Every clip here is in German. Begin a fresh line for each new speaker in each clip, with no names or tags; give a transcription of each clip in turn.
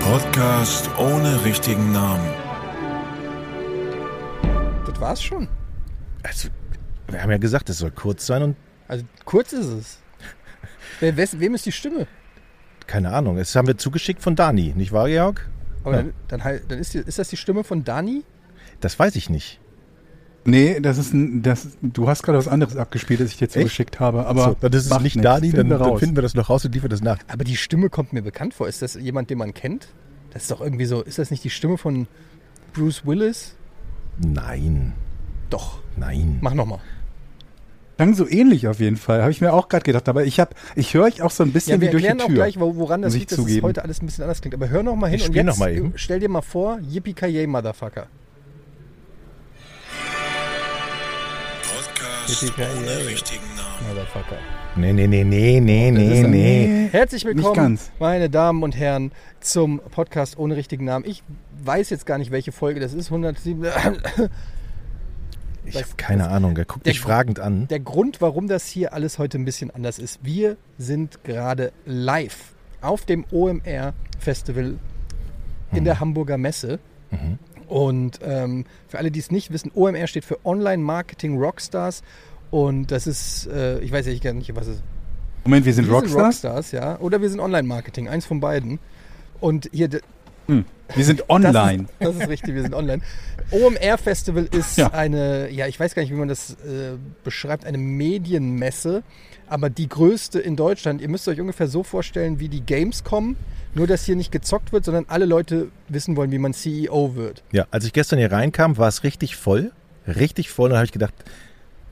Podcast ohne richtigen Namen.
Das war's schon.
Also, wir haben ja gesagt, es soll kurz sein und
Also kurz ist es. Wer, wes, wem ist die Stimme?
keine Ahnung. Es haben wir zugeschickt von Dani, nicht wahr, Georg?
Aber
Ja.
dann, dann, halt- dann ist, die, ist das die Stimme von Dani?
Das weiß ich nicht.
Nee, das ist ein, das, du hast gerade was anderes abgespielt, das ich dir zugeschickt habe, aber.
so, dann ist es
macht
nicht
nichts,
Dani, dann,
finden wir
dann
raus.
finden wir das noch raus und liefern das nach.
Aber die Stimme kommt mir bekannt vor. Ist das jemand, den man kennt? Das ist doch irgendwie so. Ist das nicht die Stimme von Bruce Willis?
Nein,
Doch.
nein.
Mach nochmal.
Klang so ähnlich auf jeden Fall, habe ich mir auch gerade gedacht, aber ich habe, ich höre euch auch so ein bisschen
Ja, wir
wie durch die
erklären
Tür.
auch gleich, wo- woran das
muss ich
liegt, dass es
zugeben.
heute alles ein bisschen anders klingt. Aber hör nochmal hin
Ich
und
spiel
jetzt
noch mal eben.
stell dir mal vor, Yippie Motherfucker.
Podcast
Yippie-ki-yay.
ohne richtigen Namen.
Motherfucker.
Nee, nee, nee, nee, nee,
Das ist
nee,
er.
nee.
Herzlich
Nicht
willkommen,
ganz.
meine Damen und Herren, zum Podcast ohne richtigen Namen. Ich weiß jetzt gar nicht, welche Folge das ist. 107.
Ich habe keine Ahnung. Er guckt
Der-
mich fragend an.
Der Grund, warum das hier alles heute ein bisschen anders ist, wir sind gerade live auf dem OMR Festival in
Mhm.
der Hamburger Messe. Und ähm, für alle, die es nicht wissen, OMR steht für Online Marketing Rockstars. Und das ist, äh, ich weiß ja gar nicht, was es ist.
Moment, wir sind
Wir sind
Rockstars?
Rockstars, ja. Oder wir sind Online-Marketing, eins von beiden. Und hier, d-
Wir sind
das
online.
Ist, das ist richtig, wir sind online. OMR Festival ist
Ja.
eine, ja, ich weiß gar nicht, wie man das äh, beschreibt, eine Medienmesse, aber die größte in Deutschland. Ihr müsst euch ungefähr so vorstellen, wie die Gamescom, nur dass hier nicht gezockt wird, sondern alle Leute wissen wollen, wie man CEO wird.
Ja, als ich gestern hier reinkam, war es richtig voll. Richtig voll. Und dann habe ich gedacht,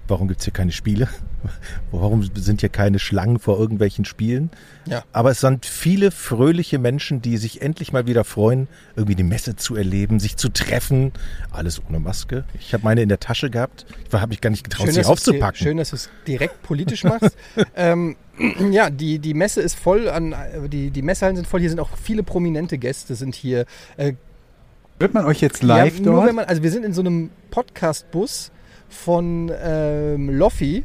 warum gibt es hier keine Spiele? Warum sind hier keine Schlangen vor irgendwelchen Spielen?
Ja.
Aber es sind viele fröhliche Menschen, die sich endlich mal wieder freuen, irgendwie die Messe zu erleben, sich zu treffen. Alles ohne Maske. Ich habe meine in der Tasche gehabt. Ich habe mich gar nicht getraut,
dass
sie
du's dir-
aufzupacken.
Schön, dass du es direkt politisch machst. ähm, ja, die, die Messe ist voll, an, die, die Messehallen sind voll. Hier sind auch viele prominente Gäste, sind hier äh,
Hört man euch jetzt live
ja, Nur
dort?
wenn man, also wir sind in so einem Podcast-Bus von ähm, Loffi,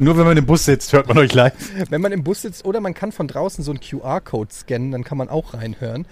nur wenn man im Bus sitzt, hört man euch live.
wenn man im Bus sitzt, oder man kann von draußen so einen QR-Code scannen, dann kann man auch reinhören.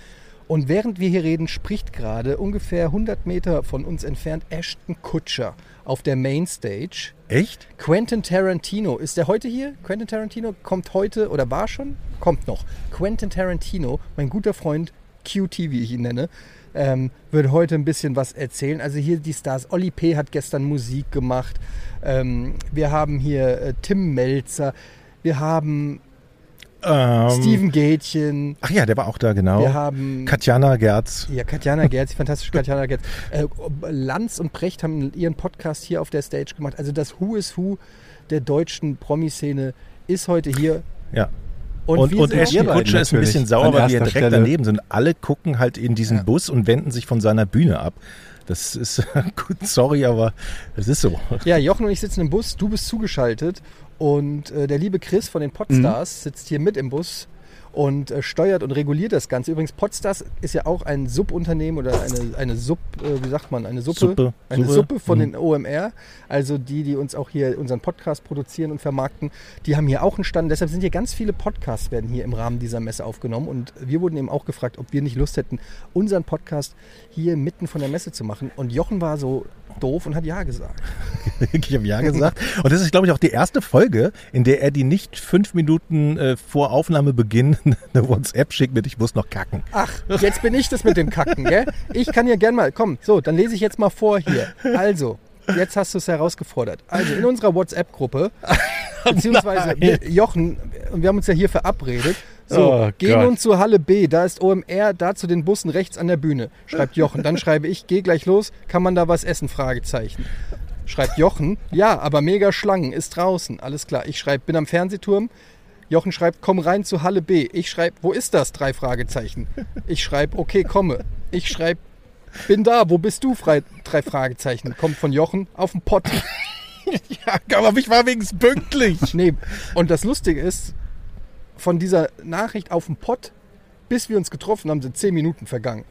Und während wir hier reden, spricht gerade ungefähr 100 Meter von uns entfernt Ashton Kutscher auf der Mainstage.
Echt?
Quentin Tarantino, ist der heute hier? Quentin Tarantino kommt heute oder war schon? Kommt noch. Quentin Tarantino, mein guter Freund QT, wie ich ihn nenne, ähm, wird heute ein bisschen was erzählen. Also hier die Stars. Oli P. hat gestern Musik gemacht. Ähm, wir haben hier äh, Tim Melzer. Wir haben
Ähm,
Steven Gätchen.
Ach ja, der war auch da, genau.
Wir haben
Katjana Gerz.
ja, Katjana Gerz, die fantastische Katjana Gerz. Äh, Lanz und Precht haben ihren Podcast hier auf der Stage gemacht. Also das Who is Who der deutschen Promi-Szene ist heute hier.
Ja.
Und,
Und,
wir
und
sind
Ashton
beiden
Kutscher ist ein
natürlich
bisschen sauer, weil
an
wir
erster
direkt
Stelle.
daneben sind. Alle gucken halt in diesen
Ja.
Bus und wenden sich von seiner Bühne ab. Das ist gut, sorry, aber es ist so.
Ja, Jochen und ich sitzen im Bus, du bist zugeschaltet und äh, der liebe Chris von den Podstars
Mhm.
sitzt hier mit im Bus und äh, steuert und reguliert das Ganze. Übrigens, Podstars ist ja auch ein Subunternehmen oder eine, eine Sub, äh, wie sagt man, eine Suppe,
Suppe,
eine
Suppe,
Suppe von
mhm.
den OMR, also die, die uns auch hier unseren Podcast produzieren und vermarkten, die haben hier auch einen Stand. Deshalb sind hier ganz viele Podcasts werden hier im Rahmen dieser Messe aufgenommen und wir wurden eben auch gefragt, ob wir nicht Lust hätten, unseren Podcast hier mitten von der Messe zu machen. Und Jochen war so doof und hat ja gesagt.
Ich habe ja gesagt. Und das ist, glaube ich, auch die erste Folge, in der er die nicht fünf Minuten äh, vor Aufnahmebeginn eine WhatsApp schickt mit, ich muss noch kacken.
Ach, jetzt bin ich das mit dem Kacken, gell? Ich kann ja gern mal, komm, so, dann lese ich jetzt mal vor hier. Also, jetzt hast du es herausgefordert. Also, in unserer WhatsApp-Gruppe,
Oh
beziehungsweise wir, Jochen, und wir haben uns ja hier verabredet, so,
Oh
geh nun
Gott.
zur Halle B, da ist OMR, da zu den Bussen rechts an der Bühne, schreibt Jochen. Dann schreibe ich, geh gleich los, kann man da was essen, Fragezeichen. Schreibt Jochen, ja, aber mega Schlangen, ist draußen, alles klar. Ich schreibe, bin am Fernsehturm, Jochen schreibt, komm rein zu Halle B. Ich schreibe, wo ist das? Drei Fragezeichen. Ich schreibe, okay, komme. Ich schreibe, bin da, wo bist du? Frei, drei Fragezeichen. Kommt von Jochen auf den Pott.
Ja, aber ich war wenigstens pünktlich.
Nee. Und das Lustige ist, von dieser Nachricht auf den Pott, bis wir uns getroffen haben, sind zehn Minuten vergangen.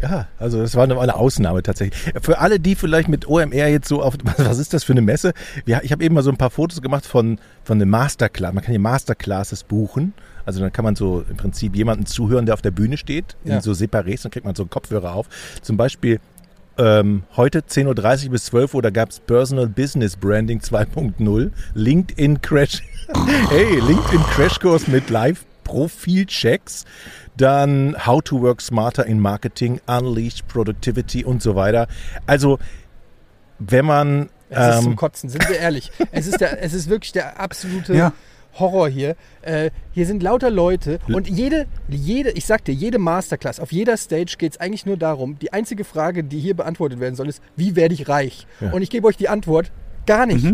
Ja, also das war eine, eine Ausnahme tatsächlich. Für alle, die vielleicht mit OMR jetzt so auf, was ist das für eine Messe? Wir, ich habe eben mal so ein paar Fotos gemacht von, von einem Masterclass. Man kann hier Masterclasses buchen. Also dann kann man so im Prinzip jemanden zuhören, der auf der Bühne steht, in
Ja.
so Separés, dann kriegt man so einen Kopfhörer auf. Zum Beispiel ähm, heute 10.30 Uhr bis 12 Uhr, da gab es Personal Business Branding 2.0, LinkedIn Crash. hey, LinkedIn Crashkurs mit Live. Profilchecks, dann How to Work Smarter in Marketing, Unleashed Productivity und so weiter. Also, wenn man.
Es ist zum
Ähm,
Kotzen, sind wir ehrlich. Es ist, der, es ist wirklich der absolute
Ja.
Horror hier. Äh, hier sind lauter Leute und jede, jede, ich sag dir, jede Masterclass, auf jeder Stage geht es eigentlich nur darum, die einzige Frage, die hier beantwortet werden soll, ist, wie werde ich reich? Und ich gebe euch die Antwort, gar nicht.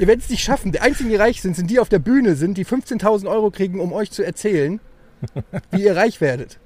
Ihr werdet es nicht schaffen. Die einzigen, die reich sind, sind die auf der Bühne sind, die 15.000 Euro kriegen, um euch zu erzählen, wie ihr reich werdet.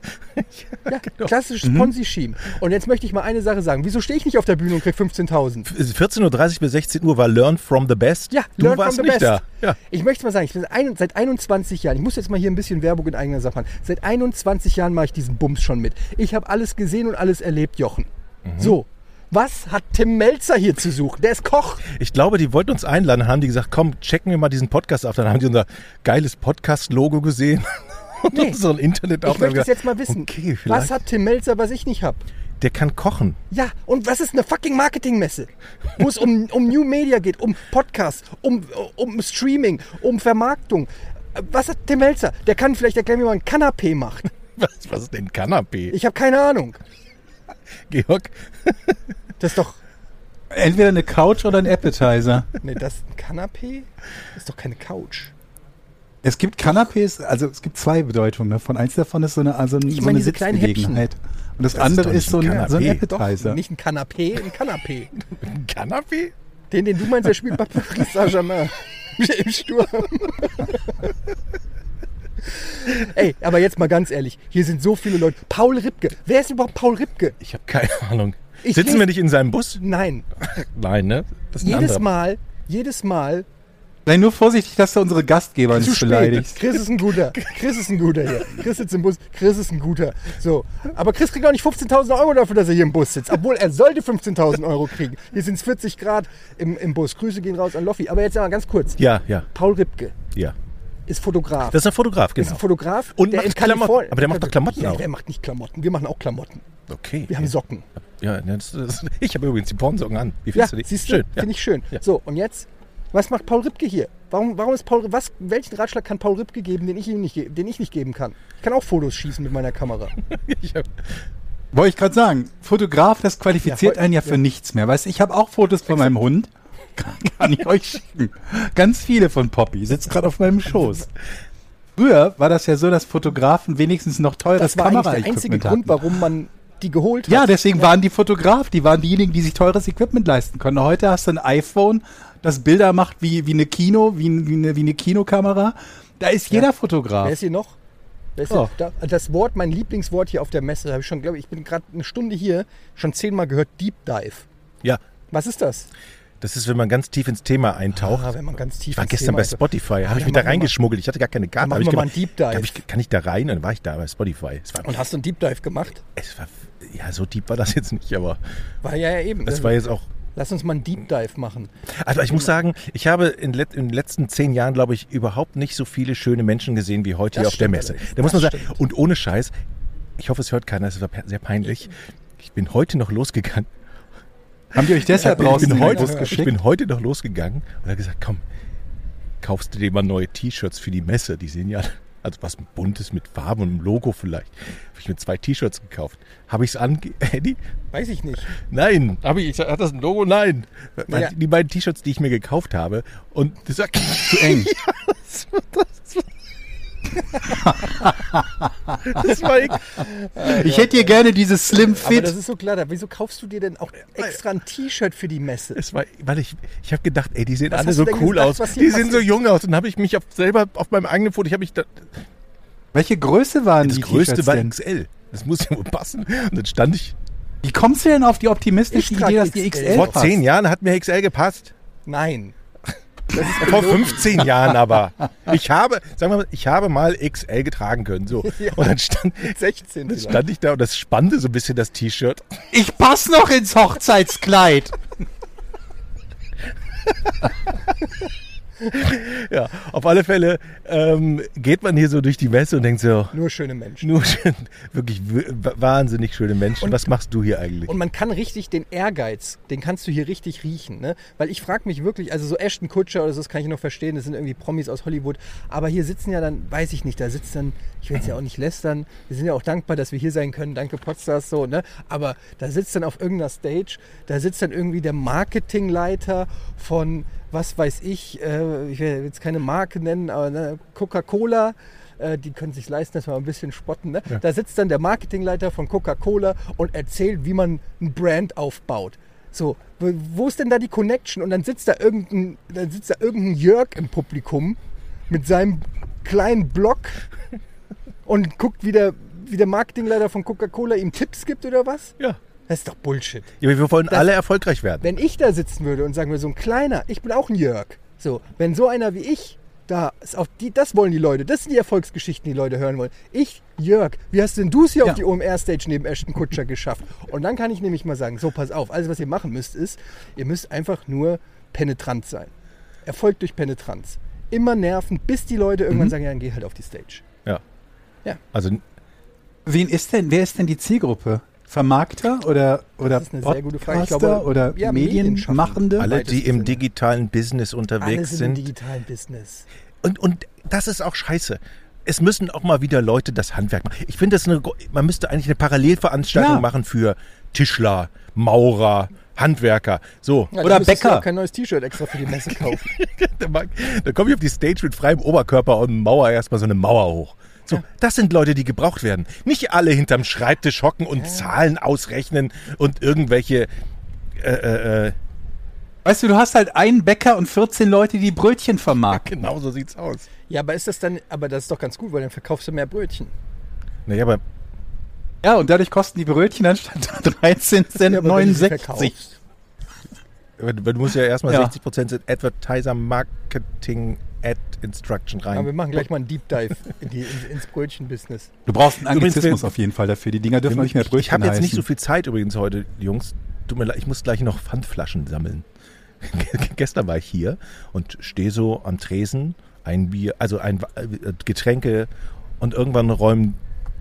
Ja, klassisches Ponzi-Scheme. Und jetzt möchte ich mal eine Sache sagen. Wieso stehe ich nicht auf der Bühne und krieg 15.000?
14.30 Uhr bis 16 Uhr war Learn from the Best.
Ja,
du
learn
warst
from the
nicht
best.
da. Ja.
Ich möchte mal sagen, ich bin ein, seit 21 Jahren, ich muss jetzt mal hier ein bisschen Werbung in eigener Sache machen. Seit 21 Jahren mache ich diesen Bums schon mit. Ich habe alles gesehen und alles erlebt, Jochen.
Mhm.
So, was hat Tim Melzer hier zu suchen? Der ist Koch.
Ich glaube, die wollten uns einladen, haben die gesagt, komm, checken wir mal diesen Podcast auf. Dann haben die unser geiles Podcast-Logo gesehen und
Nee.
unseren Internet
Ich möchte es jetzt mal wissen.
Okay, vielleicht.
was hat Tim Melzer, was ich nicht habe?
Der kann kochen.
Ja, und was ist eine fucking Marketingmesse? Wo es um, um New Media geht, um Podcasts, um, um Streaming, um Vermarktung. Was hat Tim Melzer? Der kann vielleicht erklären, wie man ein Kanapé macht.
Was, was ist denn Kanapé?
Ich habe keine Ahnung.
Georg,
Das ist doch.
Entweder eine Couch oder ein Appetizer.
Nee, das ist ein Kanapé? Ist doch keine Couch.
Es gibt Canapés, also es gibt zwei Bedeutungen davon. Eins davon ist so eine, also
Ich
so
meine
eine
diese kleinen
Sitzgelegenheit. Und das,
ist
andere
doch nicht
ist, so,
ein
ein, so ein
Canapé.
Appetizer.
Nicht ein Kanapé, ein Kanapé.
ein Kanapé?
Den, den du meinst, der spielt bei Paris Saint-Germain. Im Sturm. Ey, aber jetzt mal ganz ehrlich, hier sind so viele Leute. Paul Ripke. Wer ist überhaupt Paul Ripke?
Ich habe keine Ahnung.
Ich
Sitzen
lese-
wir nicht in seinem Bus?
Nein.
Nein, ne? Das ist ein
Jedes
anderer.
Mal, jedes Mal
Sei nur vorsichtig, dass du unsere Gastgeber
zu
nicht
spät.
beleidigst.
Chris ist ein guter. Chris ist ein guter hier. Chris sitzt im Bus. Chris ist ein guter. So. Aber Chris kriegt auch nicht 15.000 Euro dafür, dass er hier im Bus sitzt. Obwohl er sollte 15.000 Euro kriegen. Hier sind es 40 Grad im, im Bus. Grüße gehen raus an Loffi. Aber jetzt mal ganz kurz.
Ja, ja,
Paul Ripke
ja.
ist Fotograf.
Das ist ein Fotograf,
ist
genau.
ein Fotograf.
Und macht Klamotten.
Kalifornien-
Aber der macht doch Klamotten
ja,
auch.
Der macht nicht Klamotten. Wir machen auch Klamotten.
okay.
Wir haben Socken.
ja, ne, das, das, ich habe übrigens die Pornsocken an. Wie
Ja,
findest du die?
siehst du?
Schön. ja.
Finde ich schön.
Ja.
So, und jetzt, was macht Paul Ripke hier? Warum, warum ist Paul, was, welchen Ratschlag kann Paul Ripke geben, den ich ihm nicht, ge- den ich nicht geben kann? Ich kann auch Fotos schießen mit meiner Kamera.
Ich hab,
Wollte ich gerade sagen, Fotograf, das qualifiziert
Ja, heu-
einen ja für
ja.
nichts mehr. Weißt du, ich habe auch Fotos von meinem Hund. Kann, kann ich euch schicken. Ganz viele von Poppy. Sitzt gerade auf meinem Schoß. Früher war das ja so, dass Fotografen wenigstens noch teures
Das war eigentlich der
Kameraequipment
einzige
hatten.
Grund, warum man die geholt hat.
Ja, deswegen waren die Fotograf, die waren diejenigen, die sich teures Equipment leisten können. Heute hast du ein iPhone, das Bilder macht wie, wie eine Kino, wie, ein- wie, eine, wie eine Kinokamera. Da ist jeder Fotograf.
Wer ist hier noch? Wer ist
Oh.
hier? Da, das Wort, mein Lieblingswort hier auf der Messe, habe ich schon, glaube ich, ich bin gerade eine Stunde hier, schon zehnmal gehört, Deep Dive.
ja,
Was ist das?
das ist, wenn man ganz tief ins Thema eintaucht.
Ah, wenn man ganz tief
Ich war
ins
gestern
Thema
bei
ist.
Spotify, habe ich
dann
mich da
machen wir
reingeschmuggelt. Ich hatte gar keine Karte.
Dann
Hab
machen
ich
wir mal einen
gemacht,
Deep Dive.
hab Ich, kann ich da rein? Dann war ich da bei Spotify. Es war,
Und hast du einen Deep Dive gemacht?
es war, ja, so deep war das jetzt nicht, aber
War ja, ja eben. Also
das war jetzt auch.
Lass uns mal einen Deep Dive machen.
Also ich muss sagen, ich habe in, let, in den letzten zehn Jahren, glaube ich, überhaupt nicht so viele schöne Menschen gesehen wie heute
Das
hier auf der
stimmt
Messe.
allerdings.
Da muss man
Das
sagen, und ohne Scheiß, ich hoffe, es hört keiner, es war pe- sehr peinlich. Ich bin heute noch losgegangen
Haben die euch deshalb
ich,
raus
bin
in den
heute,
Bus
ich
geschickt?
bin heute noch losgegangen und habe gesagt, komm, kaufst du dir mal neue T-Shirts für die Messe. Die sehen ja, also was Buntes mit Farben und einem Logo vielleicht. Habe ich mir zwei T-Shirts gekauft. Habe ich es an, Eddie?
Weiß ich nicht.
Nein. Habe ich, hat das ein Logo? Nein.
Naja.
Die beiden T-Shirts, die ich mir gekauft habe und das war
zu eng.
das war ich.
Ich hätte hier gerne dieses Slim
Aber das
Fit.
ist so klar. da- Wieso kaufst du dir denn auch extra ein T-Shirt für die Messe?
Es war, weil ich, ich habe gedacht, ey, die sehen
Was
alle
hast
so
du denn
cool
gedacht,
aus.
was
Die
hier
sehen so
passiert?
jung aus. Und habe ich mich auf, selber auf meinem eigenen Foto, ich habe mich da,
Welche Größe waren
das
die
größte
T-Shirts
war
denn?
XL. Das muss ja wohl passen. Und dann stand ich
Wie kommst du denn auf die optimistische
Ich trag
Idee, dass die
XL.
XL
Vor
passt?
zehn Jahren hat mir XL gepasst.
Nein.
Vor 15 Jahren aber. Ich habe, sagen wir mal, ich habe mal XL getragen können. So. Und dann stand,
16
dann
vielleicht.
stand ich da und das spannte so ein bisschen das T-Shirt.
Ich pass noch ins Hochzeitskleid.
Ja, auf alle Fälle ähm, geht man hier so durch die Messe und denkt so,
Nur schöne Menschen.
nur schön, wirklich w- wahnsinnig schöne Menschen. Was machst du hier eigentlich?
Und man kann richtig den Ehrgeiz, den kannst du hier richtig riechen. Ne? Weil ich frage mich wirklich, also so Ashton Kutscher oder so, das kann ich noch verstehen, das sind irgendwie Promis aus Hollywood. Aber hier sitzen ja dann, weiß ich nicht, da sitzt dann, ich will es ja auch nicht lästern, wir sind ja auch dankbar, dass wir hier sein können, danke Podstars, so, ne? Aber da sitzt dann auf irgendeiner Stage, da sitzt dann irgendwie der Marketingleiter von, was weiß ich, äh, ich will jetzt keine Marke nennen, aber ne, Coca-Cola äh, die können sich leisten, dass wir mal ein bisschen spotten. Ne? Da sitzt dann der Marketingleiter von Coca-Cola und erzählt, wie man ein Brand aufbaut. So, wo wo ist denn da die Connection? Und dann sitzt da irgendein, dann sitzt da irgendein Jörg im Publikum mit seinem kleinen Block und guckt, wie der, wie der Marketingleiter von Coca-Cola ihm Tipps gibt oder was?
Ja.
Das ist doch Bullshit.
Ja, wir wollen alle erfolgreich werden.
Wenn ich da sitzen würde und sagen wir so ein kleiner, ich bin auch ein Jörg. So, wenn so einer wie ich da ist, auf die, das wollen die Leute, das sind die Erfolgsgeschichten, die Leute hören wollen. Ich, Jörg, wie hast denn du es hier
Ja.
auf die OMR-Stage neben Ashton Kutscher geschafft? Und dann kann ich nämlich mal sagen, so pass auf, alles was ihr machen müsst ist, ihr müsst einfach nur penetrant sein. Erfolg durch Penetranz. Immer nerven, bis die Leute irgendwann sagen, ja, dann geh halt auf die Stage.
Ja.
Ja.
Also
Wen ist denn, wer ist denn die Zielgruppe? Vermarkter oder, oder
Das ist eine sehr gute Frage. Ich
Podcaster
glaube,
oder
ja,
Medienmachende?
alle,
Beides
die im
sind-
digitalen Business
Alle
unterwegs
sind im
sind.
digitalen Business.
Und, und das ist auch scheiße. Es müssen auch mal wieder Leute das Handwerk machen. Ich finde, das ist eine, gro- man müsste eigentlich eine Parallelveranstaltung
Ja.
machen für Tischler, Maurer, Handwerker. So.
Ja,
Oder
du müsstest dir
Bäcker.
auch kein neues T-Shirt extra für die Messe kaufen.
Dann komme ich auf die Stage mit freiem Oberkörper und Mauer erstmal so eine Mauer hoch. So, das sind Leute, die gebraucht werden. Nicht alle hinterm Schreibtisch hocken und Zahlen ausrechnen und irgendwelche
Weißt du, du hast halt einen Bäcker und 14 Leute, die Brötchen vermarkten.
Genau so sieht's aus.
Ja, aber ist das dann, aber das ist doch ganz gut, weil dann verkaufst du mehr Brötchen.
Naja, aber
Ja, und dadurch kosten die Brötchen anstatt 13 Cent
Ja, aber wenn du sie
69.
verkaufst.
aber du musst ja erstmal
Ja.
60% in Advertiser Marketing Ad Instruction
Aber wir
rein.
machen gleich mal einen Deep Dive in die, in, ins Brötchen-Business.
Du brauchst einen
Übrigens,
Anglizismus
wir-
auf jeden Fall dafür. Die Dinger dürfen nicht mehr Brötchen
ich habe jetzt nicht
heißen.
so viel Zeit übrigens heute, Jungs. Tut mir leid, ich muss gleich noch Pfandflaschen sammeln. Gestern war ich hier und stehe so am Tresen, ein Bier, also ein Wa- äh, Getränke und irgendwann räumen,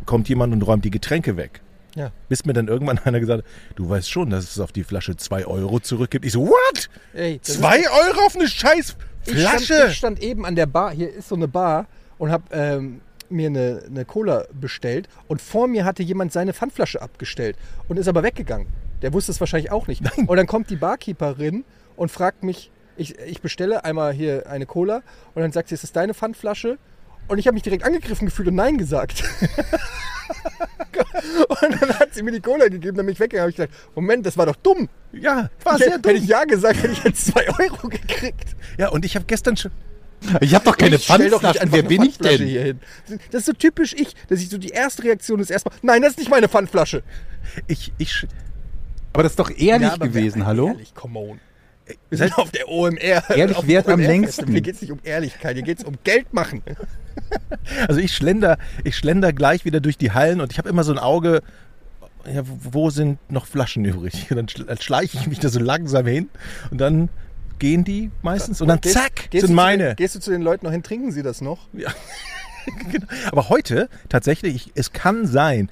kommt jemand und räumt die Getränke weg.
Ja.
Bis mir dann irgendwann einer gesagt hat, du weißt schon, dass es auf die Flasche 2 Euro zurückgibt. Ich so, what?
Ey, das ist-
2 Euro auf eine scheiß
Ich
Flasche?
stand, ich stand eben an der Bar, hier ist so eine Bar und habe ähm, mir eine, eine Cola bestellt und vor mir hatte jemand seine Pfandflasche abgestellt und ist aber weggegangen. Der wusste es wahrscheinlich auch nicht. Und dann kommt die Barkeeperin und fragt mich, ich, ich bestelle einmal hier eine Cola und dann sagt sie, ist das deine Pfandflasche? Und ich habe mich direkt angegriffen gefühlt und Nein gesagt. und dann hat sie mir die Cola gegeben, dann bin ich weggegangen. Hab ich gesagt, Moment, das war doch dumm.
ja, war
Hätte-
sehr dumm.
Hätte ich Ja gesagt, hätte ich jetzt zwei Euro gekriegt.
ja, und ich habe gestern schon...
Ich habe doch keine
Ich stell doch nicht
Pfandflaschen.
einfach
Wer
eine
bin ich
Pfandflasche
denn?
Hier hin. Das ist so typisch ich, dass ich so die erste Reaktion ist erstmal, nein, das ist nicht meine Pfandflasche.
Ich, ich,
Aber das ist doch ehrlich gewesen, hallo?
Ehrlich, come on. Wir
Seid-
sind auf der OMR. Ehrlich
Ehrlich wert am längsten.
Mir geht es nicht um Ehrlichkeit, hier geht es um Geld machen.
Also ich schlender, ich schlender gleich wieder durch die Hallen und ich habe immer so ein Auge, ja, wo sind noch Flaschen übrig? Und dann schl- dann schleiche ich mich da so langsam hin und dann gehen die meistens und dann
Gehst-
zack,
gehst
sind
du Zu
meine.
den, gehst du zu den Leuten noch hin, trinken sie das noch?
Genau. Aber heute tatsächlich, ich, es kann sein,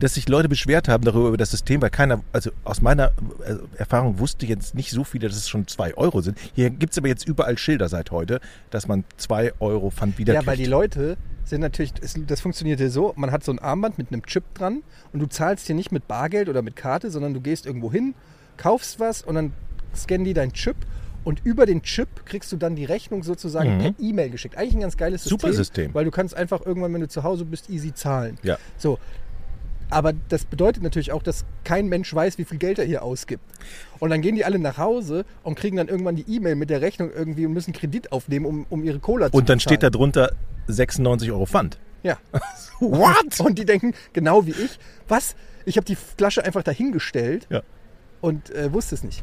dass sich Leute beschwert haben darüber, über das System, weil keiner, also aus meiner äh, Erfahrung wusste jetzt nicht so viele, dass es schon zwei Euro sind. Hier gibt's aber jetzt überall Schilder seit heute, dass man zwei Euro Pfand wieder
Ja, weil die Leute sind natürlich, es- das funktionierte so, man hat so ein Armband mit einem Chip dran und du zahlst hier nicht mit Bargeld oder mit Karte, sondern du gehst irgendwo hin, kaufst was und dann scannen die deinen Chip und über den Chip kriegst du dann die Rechnung sozusagen per E-Mail geschickt. Eigentlich ein ganz geiles System,
Mhm. Super System.
weil du kannst einfach irgendwann, wenn du zu Hause bist, easy zahlen.
Ja.
So. Aber das bedeutet natürlich auch, dass kein Mensch weiß, wie viel Geld er hier ausgibt. Und dann gehen die alle nach Hause und kriegen dann irgendwann die E-Mail mit der Rechnung irgendwie und müssen Kredit aufnehmen, um, um ihre Cola zu
Und dann steht da
bezahlen.
drunter 96 Euro Pfand.
Ja.
What?
Und die denken, genau wie ich, was? Ich habe die Flasche einfach dahingestellt
Ja.
und äh, wusste es nicht.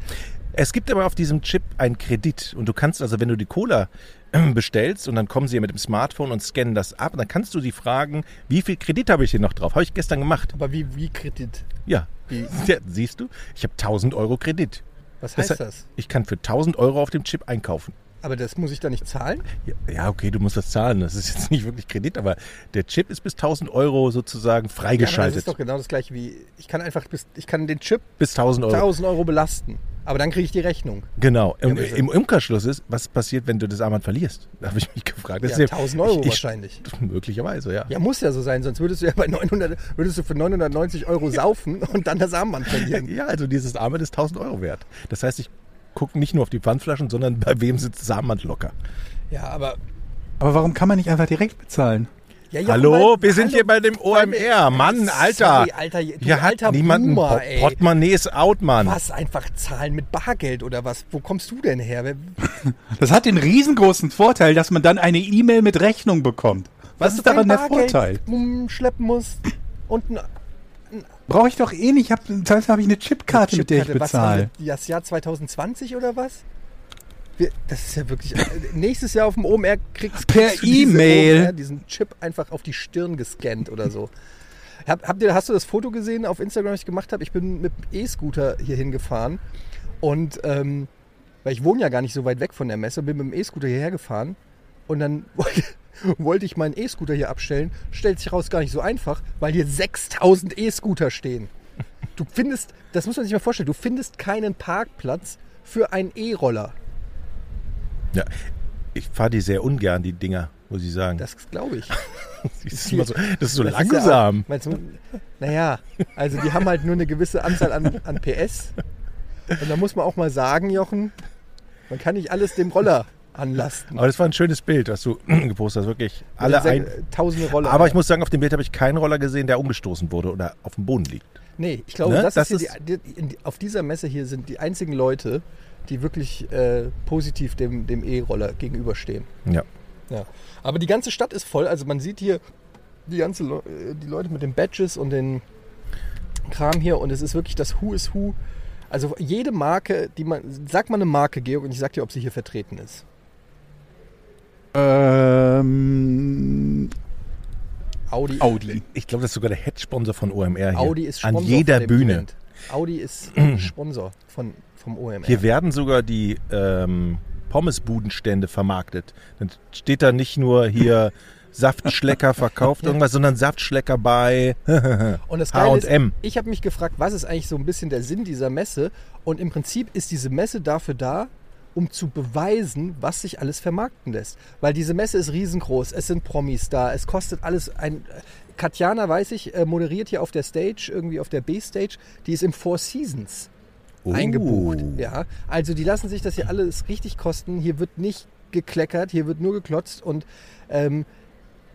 Es gibt aber auf diesem Chip einen Kredit und du kannst also, wenn du die Cola äh, bestellst und dann kommen sie ja mit dem Smartphone und scannen das ab, dann kannst du sie fragen, wie viel Kredit habe ich hier noch drauf? Habe ich gestern gemacht.
Aber wie, wie Kredit?
Ja.
Wie?
ja siehst du, ich habe 1000 Euro Kredit.
Was heißt
heißt-
das?
Ich kann für 1000 Euro auf dem Chip einkaufen.
Aber das muss ich da nicht zahlen?
Ja, Ja, okay, du musst das zahlen. Das ist jetzt nicht wirklich Kredit, aber der Chip ist bis 1000 Euro sozusagen
Ja, aber das
freigeschaltet.
ist doch genau das gleiche wie, ich kann einfach, bis, ich kann den Chip
bis 1000 Euro.
1000 Euro belasten. Aber dann kriege ich die Rechnung.
Genau. Im,
bitte.
Im Umkehrschluss ist, was passiert, wenn du das Armband verlierst? Da habe ich mich gefragt. Das
Ja,
ist
1000 Euro
ich, ich,
wahrscheinlich.
Möglicherweise, ja.
Ja, muss ja so sein, sonst würdest du ja bei 900, würdest du für 990 Euro saufen und dann das Armband verlieren.
Ja, also dieses Armband ist 1000 Euro wert. Das heißt, ich gucke nicht nur auf die Pfandflaschen, sondern bei wem sitzt das Armband locker.
Ja, aber.
Aber warum kann man nicht einfach direkt bezahlen?
Ja, Jochen,
Hallo,
weil-
wir sind
hallo,
hier bei dem
weil wir-
OMR. Mann, Alter.
Sorry, Alter, du
Hier hat
alter
niemand
Boomer,
ein
ey.
Pot- Portemonnaie ist out, Mann.
Was? Einfach zahlen mit Bargeld oder was? Wo kommst du denn her? Wer-
Das hat den riesengroßen Vorteil, dass man dann eine E-Mail mit Rechnung bekommt.
dass
Was ist
du Also kein
daran der
Bargeld
Vorteil?
Umschleppen musst und ein
Brauche ich doch eh nicht. Ich hab- Teilweise habe ich eine Chipkarte, mit der ich
Chipkarte. Was war
bezahle.
das, das Jahr 2020 oder was? Wir, das ist ja wirklich. äh, Nächstes Jahr auf dem OMR kriegst
Per
kriegst du diese
E-Mail.
OMR diesen Chip einfach auf die Stirn gescannt oder so. Hab, habt ihr, hast du das Foto gesehen auf Instagram, was ich gemacht habe? Ich bin mit dem E-Scooter hier hingefahren und ähm, weil ich wohne ja gar nicht so weit weg von der Messe, bin mit dem E-Scooter hierher gefahren und dann wollte- wollte ich meinen E-Scooter hier abstellen. Stellt sich raus, gar nicht so einfach, weil hier 6000 E-Scooter stehen. Du findest, das muss man sich mal vorstellen, du findest keinen Parkplatz für einen E-Roller.
Ja, ich fahre die sehr ungern, die Dinger, muss ich sagen.
Das glaube ich.
das, ist immer so, das ist so
Das ist ja auch-
langsam.
meinst du, naja, also die haben halt nur eine gewisse Anzahl an, an PS. Und da muss man auch mal sagen, Jochen, man kann nicht alles dem Roller anlasten.
aber das war ein schönes Bild, was du gepostet hast. Wirklich alle
Sehr-
ein.
Tausende Roller.
Aber ich muss sagen, auf dem Bild habe ich keinen Roller gesehen, der umgestoßen wurde oder auf dem Boden liegt.
Nee, ich glaube,
Ne?
das,
Das
ist
ist-
hier die, die, in, auf dieser Messe hier sind die einzigen Leute, die wirklich äh, positiv dem, dem E-Roller gegenüberstehen.
Ja.
Ja. Aber die ganze Stadt ist voll. Also man sieht hier die, ganze Leu- äh, die Leute mit den Badges und den Kram hier und es ist wirklich das Who is Who. Also jede Marke, die man. Sag mal eine Marke, Georg, und ich sag dir, ob sie hier vertreten ist.
Ähm,
Audi.
Audi.
Ich glaube, das ist sogar der Head-Sponsor von OMR hier.
Audi ist Sponsor.
An jeder
von dem
Bühne.
Event. Audi ist Sponsor von, vom OMR.
Hier werden sogar die ähm, Pommesbudenstände vermarktet. Dann steht da nicht nur hier Saftschlecker verkauft irgendwas, sondern Saftschlecker bei
Und das Geile ist,
H&M.
ich habe mich gefragt, was ist eigentlich so ein bisschen der Sinn dieser Messe? Und im Prinzip ist diese Messe dafür da, um zu beweisen, was sich alles vermarkten lässt. Weil diese Messe ist riesengroß, es sind Promis da, es kostet alles ein... Katjana, weiß ich, äh, moderiert hier auf der Stage, irgendwie auf der B-Stage, die ist im Four Seasons
Oh.
eingebucht. Ja, also die lassen sich das hier alles richtig kosten. Hier wird nicht gekleckert, hier wird nur geklotzt und ähm,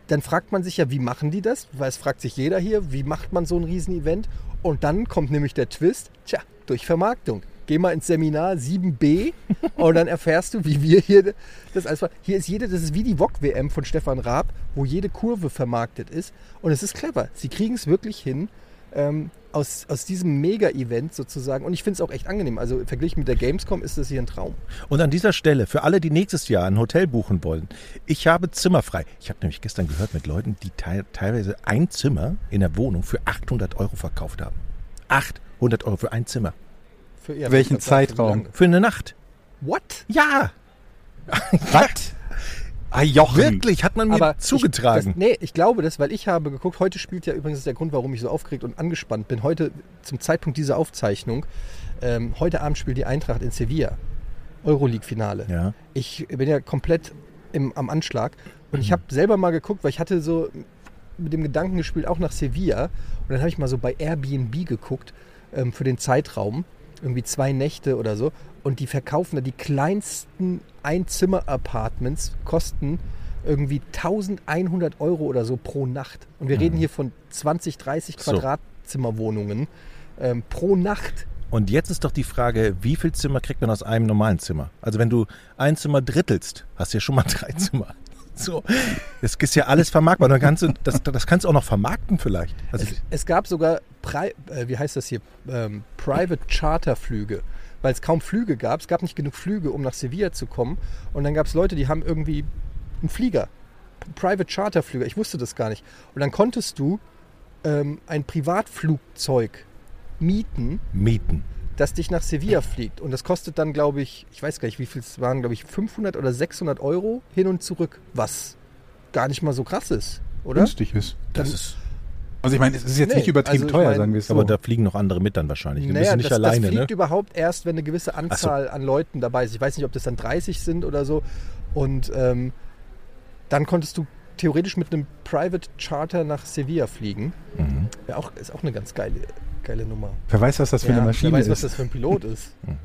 dann fragt man sich ja, wie machen die das? Weil es fragt sich jeder hier, wie macht man so ein Riesenevent? Und dann kommt nämlich der Twist, tja, durch Vermarktung. Geh mal ins Seminar 7b und dann erfährst du, wie wir hier das alles. Hier ist jede, das ist wie die VOG-WM von Stefan Raab, wo jede Kurve vermarktet ist. Und es ist clever. Sie kriegen es wirklich hin, ähm, aus, aus diesem Mega-Event sozusagen. Und ich finde es auch echt angenehm. Also verglichen mit der Gamescom ist das hier ein Traum.
Und an dieser Stelle, für alle, die nächstes Jahr ein Hotel buchen wollen, ich habe Zimmer frei. Ich habe nämlich gestern gehört mit Leuten, die teil- teilweise ein Zimmer in der Wohnung für 800 Euro verkauft haben. 800 Euro für ein Zimmer.
Für ihr
Welchen
das war für
Zeitraum?
lange.
Für eine Nacht.
What?
Ja,
Was? Ah, Jochen.
wirklich, hat man mir zugetragen.
Ich, das, nee, ich glaube das, weil ich habe geguckt, heute spielt ja übrigens der Grund, warum ich so aufgeregt und angespannt bin. Heute, zum Zeitpunkt dieser Aufzeichnung, ähm, heute Abend spielt die Eintracht in Sevilla. Euroleague-Finale.
Ja.
Ich bin ja komplett im, am Anschlag und ich habe selber mal geguckt, weil ich hatte so mit dem Gedanken gespielt, auch nach Sevilla. Und dann habe ich mal so bei Airbnb geguckt ähm, für den Zeitraum. Irgendwie zwei Nächte oder so. Und die verkaufen da die kleinsten Einzimmer-Apartments, kosten irgendwie 1100 Euro oder so pro Nacht. Und wir reden hier von 20, 30
So.
Quadratzimmerwohnungen ähm, pro Nacht.
Und jetzt ist doch die Frage, wie viel Zimmer kriegt man aus einem normalen Zimmer? Also wenn du ein Zimmer drittelst, hast du ja schon mal drei Zimmer. So, das ist ja alles vermarktbar. Dann kannst du, das, das kannst du auch noch vermarkten vielleicht. Also
Es, es gab sogar, Pri äh, wie heißt das hier, ähm, Private Charterflüge, weil es kaum Flüge gab. Es gab nicht genug Flüge, um nach Sevilla zu kommen. Und dann gab es Leute, die haben irgendwie einen Flieger, einen Private Charterflüger. Ich wusste das gar nicht. Und dann konntest du ähm, ein Privatflugzeug mieten,
Mieten.
das dich nach Sevilla fliegt. Und das kostet dann, glaube ich, ich weiß gar nicht, wie viel es waren, glaube ich, 500 oder 600 Euro hin und zurück, was gar nicht mal so krass ist, oder?
günstig ist.
Das ist,
Also ich meine, es ist jetzt
Nee,
nicht übertrieben
also ich
teuer,
meine-
sagen wir es so.
aber da fliegen noch andere mit dann wahrscheinlich. Du bist nicht
das,
alleine,
das fliegt
ne?
überhaupt erst, wenn eine gewisse Anzahl an Leuten dabei ist. Ich weiß nicht, ob das dann 30 sind oder so. Und ähm, dann konntest du theoretisch mit einem Private Charter nach Sevilla fliegen.
Mhm.
Ja, auch, ist auch eine ganz geile, geile Nummer.
wer weiß, was das für
ja,
eine
wer
Maschine
weiß, was
ist.
das für ein Pilot ist.
Hm.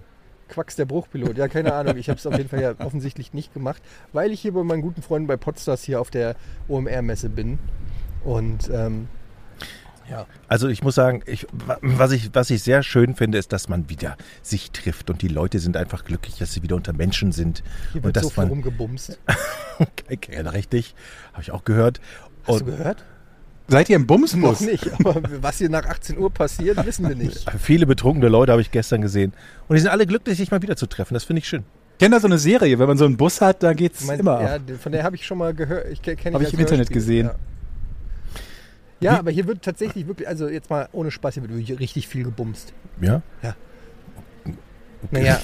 Quacks der Bruchpilot. Ja, keine Ahnung. Ich habe es auf jeden Fall ja offensichtlich nicht gemacht, weil ich hier bei meinen guten Freunden bei Podstars hier auf der OMR-Messe bin. Und ähm,
Also ich muss sagen, ich, wa- was, ich, was ich sehr schön finde, ist, dass man wieder sich trifft und die Leute sind einfach glücklich, dass sie wieder unter Menschen sind.
hier
und
wird
dass
so viel
man.
rumgebumst.
Ja, richtig, habe ich auch gehört.
Hast du
Und-
gehört?
Seid ihr im
Noch
Bumsbus?
nicht, aber was hier nach 18 Uhr passiert, wissen wir nicht.
Viele betrunkene Leute habe ich gestern gesehen. Und die sind alle glücklich, sich mal wieder zu treffen. Das finde ich schön.
Ich kenne da so eine Serie, wenn man so einen Bus hat, da geht's
Du meinst-
immer
ja,
ab.
die- von der habe ich schon mal gehört. Ich kenne
Hab ich im Internet gesehen.
Ja. Ja, aber hier wird tatsächlich wirklich, also jetzt mal ohne Spaß, hier wird wirklich richtig viel gebumst.
Ja?
Ja.
Okay.
Naja,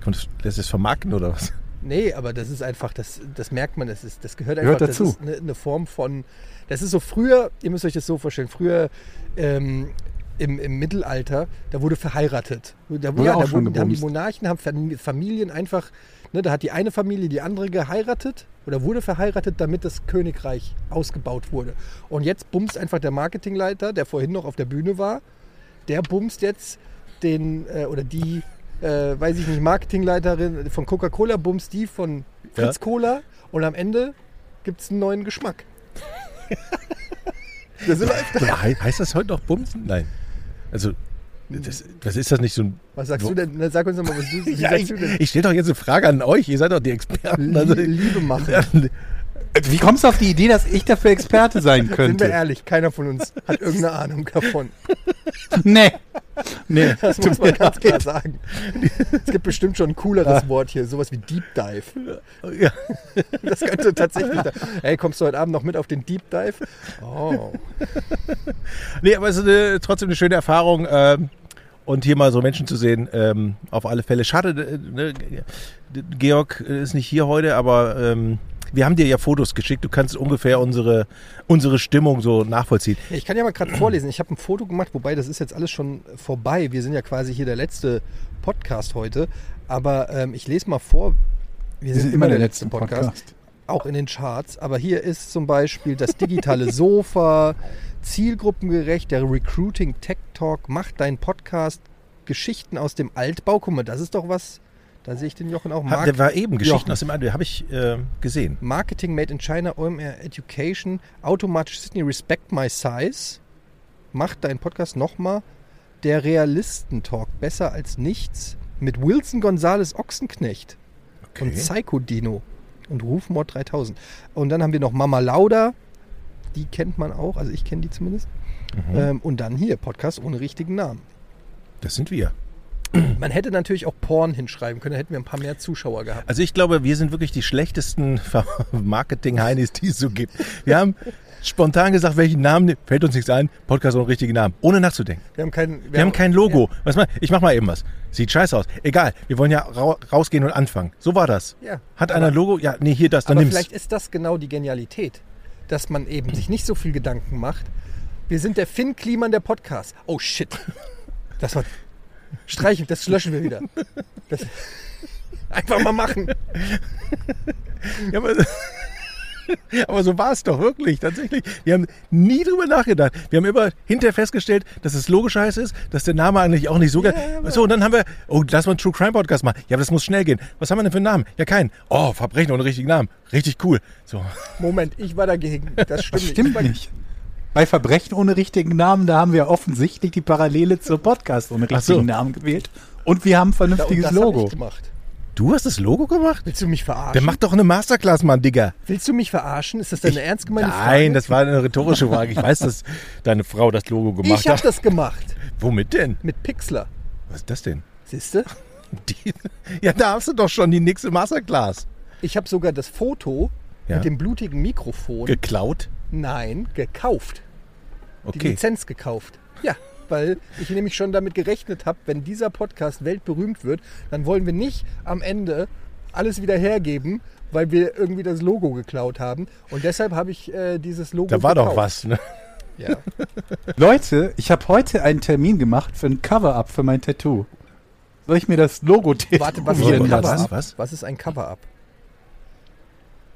Kann man das- das ist vermarkten oder was?
nee, aber das ist einfach, das, das merkt man, das, ist, das gehört einfach
Gehört dazu.
Das ist eine, eine Form von, das ist so früher, ihr müsst euch das so vorstellen, früher ähm, im, im Mittelalter, da wurde verheiratet. Da,
Wurde auch
da
schon
wurden, haben die
gebumst.
Monarchen, haben Fam- Familien einfach, ne, da hat die eine Familie die andere geheiratet oder wurde verheiratet, damit das Königreich ausgebaut wurde. Und jetzt bumst einfach der Marketingleiter, der vorhin noch auf der Bühne war, der bumst jetzt den äh, oder die, äh, weiß ich nicht, Marketingleiterin von Coca-Cola bumst die von
Ja.
Fritz Cola und am Ende gibt es einen neuen Geschmack. das ist live.
Ja, hei- heißt das heute noch Bumsen? Nein. Also, das, das ist das nicht so ein.
Was sagst
Wo-
du denn? Na, sag uns doch mal, was du, wie
Ja,
sagst
ich
du denn?
ich stelle doch jetzt eine Frage an euch. Ihr seid doch die Experten. Also,
Liebe machen.
Wie kommst du auf die Idee, dass ich dafür Experte sein
Sind wir
könnte?
ehrlich, keiner von uns hat irgendeine Ahnung davon.
nee. Nee.
Das muss man ganz klar sagen. Es gibt bestimmt schon ein
Ah.
cooleres Wort hier, sowas wie Deep Dive.
ja.
Das könnte tatsächlich. Da, hey, kommst du heute Abend noch mit auf den Deep Dive? Oh.
Nee, aber es ist eine, trotzdem eine schöne Erfahrung. Ähm, und hier mal so Menschen zu sehen, ähm, auf alle Fälle. Schade, äh, ne, Georg äh, ist nicht hier heute, aber ähm, wir haben dir ja Fotos geschickt. Du kannst ungefähr unsere, unsere Stimmung so nachvollziehen.
Ich kann ja mal gerade vorlesen. Ich habe ein Foto gemacht, wobei das ist jetzt alles schon vorbei. Wir sind ja quasi hier der letzte Podcast heute. Aber ähm, ich lese mal vor. Wir
Wir sind immer der letzte Podcast.
Auch in den Charts. Aber hier ist zum Beispiel das digitale Sofa, zielgruppengerecht, der Recruiting Tech Talk, mach dein Podcast, Geschichten aus dem Altbau. Guck mal, das ist doch was. Da sehe ich den Jochen auch.
Hab, der war eben Geschichten
Jochen.
aus dem Andel, habe ich äh, gesehen.
Marketing Made in China, OMR Education, automatisch Sydney Respect My Size, macht deinen Podcast nochmal, der Realisten-Talk, besser als nichts, mit Wilson Gonzales Ochsenknecht und Psycho Dino und Rufmord 3000. Und dann haben wir noch Mama Lauda, die kennt man auch, also ich kenne die zumindest. Ähm, und dann hier, Podcast ohne richtigen Namen.
Das sind wir.
Man hätte natürlich auch Porn hinschreiben können, da hätten wir ein paar mehr Zuschauer gehabt.
Also ich glaube, wir sind wirklich die schlechtesten Marketing-Heinis, die es so gibt. Wir haben spontan gesagt, welchen Namen, ne- fällt uns nichts ein, Podcast ohne richtigen Namen, ohne nachzudenken.
Wir haben kein, wir
Wir haben kein Logo. Was mal, ich mach mal eben was. Sieht scheiße aus. Egal, wir wollen ja ra rausgehen und anfangen. So war das.
Ja.
Hat einer ein Logo? Ja, nee, hier das, dann
Aber
nimm's.
vielleicht ist das genau die Genialität, dass man eben sich nicht so viel Gedanken macht. Wir sind der Finn Kliman der Podcast. Oh shit. Das war. Streichen, das löschen wir wieder. Das, einfach mal machen.
Ja, aber, aber so war es doch wirklich, tatsächlich. Wir haben nie drüber nachgedacht. Wir haben immer hinterher festgestellt, dass es logisch scheiße ist, dass der Name eigentlich auch nicht so geil So, und dann haben wir, oh, lass mal einen True Crime Podcast machen. Ja, aber das muss schnell gehen. Was haben wir denn für einen Namen? Ja, keinen. Oh, Verbrechen ohne richtigen Namen. Richtig cool. So.
Moment, ich war dagegen. Das stimmt,
Das stimmt
Ich war-
nicht. Bei Verbrechen ohne richtigen Namen, da haben wir offensichtlich die Parallele zur Podcast ohne richtigen
Ach so.
Namen gewählt. Und wir haben ein
Da, und
vernünftiges
das Logo.
Logo.
Ich gemacht.
Du hast das Logo gemacht?
Willst du mich verarschen?
Der macht doch eine Masterclass, Mann, Digga.
Willst du mich verarschen? Ist das deine ernst gemeinte Frage?
Nein, das war eine rhetorische Frage. Ich weiß, dass deine Frau das Logo gemacht
ich habe
hat.
das gemacht.
Womit denn?
Mit Pixlr.
Was ist das denn?
Siehste?
Die, ja, da hast du doch schon die nächste Masterclass.
Ich habe sogar das Foto
Ja.
mit dem blutigen Mikrofon,
Geklaut?
nein, gekauft. Die
Okay.
Lizenz gekauft. Ja, weil ich nämlich schon damit gerechnet habe, wenn dieser Podcast weltberühmt wird, dann wollen wir nicht am Ende alles wieder hergeben, weil wir irgendwie das Logo geklaut haben. Und deshalb habe ich äh, dieses Logo
Da war
gekauft.
doch was, ne?
Ja.
Leute, ich habe heute einen Termin gemacht für ein Cover-Up für mein Tattoo. Soll ich mir das Logo
Warte, was ist
Wie
tätowieren
ein
denn das?
Cover-Up?
Was?
Was ist ein Cover-Up?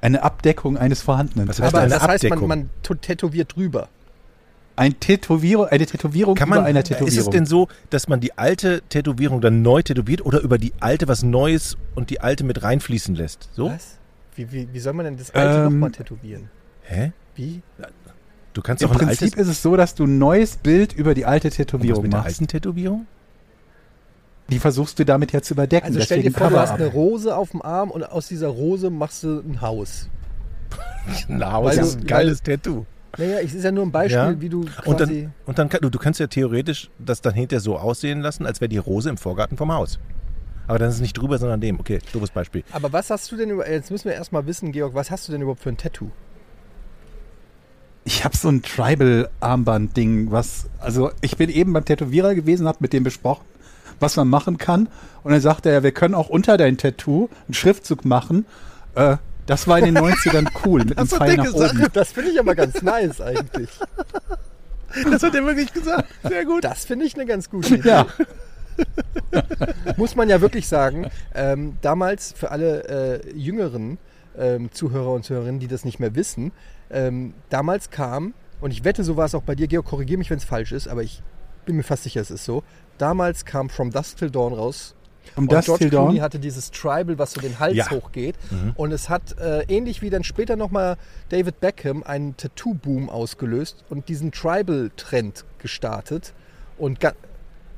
Eine Abdeckung eines Vorhandenen.
Was heißt
Aber
eine
das heißt, man,
Abdeckung.
man tut- tätowiert drüber.
Ein Tätowierung, eine Tätowierung
Kann man,
über einer
ist
Tätowierung.
es denn so, dass man die alte Tätowierung dann neu tätowiert oder über die alte was Neues und die alte mit reinfließen lässt? So?
Was? Wie, wie, wie soll man denn das alte
Ähm.
nochmal tätowieren?
Hä?
Wie?
Du kannst
Im
doch ein altes
Prinzip ist es so, dass du ein neues Bild über die alte
Und was
Tätowierung
mit der
machst.
alten Tätowierung?
Die versuchst du damit ja zu überdecken.
Also stell dir
deswegen
vor, du hast
Cover-Up.
eine Rose auf dem Arm und aus dieser Rose machst du ein Haus.
Na,
Weil
das
du-
ist ein geiles Tattoo.
Naja, es ist ja nur ein Beispiel,
Ja.
wie du quasi...
Und dann, und dann kann, du, du kannst ja theoretisch das dann hinterher so aussehen lassen, als wäre die Rose im Vorgarten vom Haus. Aber dann ist es nicht drüber, sondern dem. Okay, doofes Beispiel.
Aber was hast du denn über. Jetzt müssen wir erstmal wissen, Georg, was hast du denn überhaupt für ein Tattoo?
Ich habe so ein Tribal-Armband-Ding, was. Also, ich bin eben beim Tätowierer gewesen, habe mit dem besprochen, was man machen kann. Und dann sagte er, wir können auch unter dein Tattoo einen Schriftzug machen. Äh, das war in den 90ern cool, mit einem
Hast du
Pfeil
den
nach
gesagt?
oben.
Das finde ich aber ganz nice eigentlich.
Das hat er wirklich gesagt. Sehr gut.
Das finde ich eine ganz gute Idee.
Ja,
Muss man ja wirklich sagen, ähm, damals für alle äh, jüngeren ähm, Zuhörer und Zuhörerinnen, die das nicht mehr wissen, ähm, damals kam, und ich wette, so war es auch bei dir, Georg, korrigiere mich, wenn es falsch ist, aber ich bin mir fast sicher, es ist so. Damals kam From Dusk Till Dawn raus,
um
Und
das
George
Till
Clooney
Dawn. Mhm.
hatte dieses Tribal, was so den Hals
Ja.
hochgeht. Und es hat, äh, ähnlich wie dann später nochmal David Beckham, einen Tattoo-Boom ausgelöst und diesen Tribal-Trend gestartet. Und ga-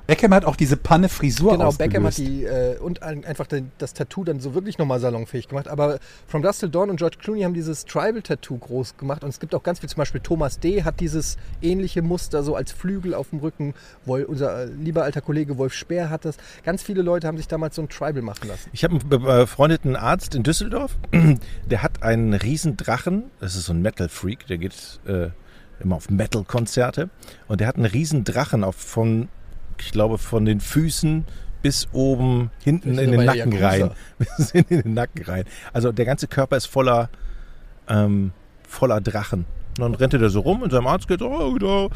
Beckham hat auch diese Panne-Frisur
genau,
ausgelöst.
Beckham hat die, äh, und ein, einfach den, das Tattoo dann so wirklich nochmal salonfähig gemacht. Aber From Dust Till Dawn und George Clooney haben dieses Tribal-Tattoo groß gemacht. Und es gibt auch ganz viel, zum Beispiel Thomas D. hat dieses ähnliche Muster so als Flügel auf dem Rücken. Wol, unser äh, lieber alter Kollege Wolf Speer hat das. Ganz viele Leute haben sich damals so ein Tribal machen lassen.
Ich habe einen be- befreundeten Arzt in Düsseldorf, der hat einen riesen Drachen, das ist so ein Metal-Freak, der geht äh, immer auf Metal-Konzerte und der hat einen riesen Drachen auf von, ich glaube, von den Füßen bis oben hinten
Das ist
in den
aber
Nacken
Yakuza.
rein. Bis in den Nacken rein. Also der ganze Körper ist voller, ähm, voller Drachen. Und dann rennt er da so rum und seinem Arzt geht, oh, da,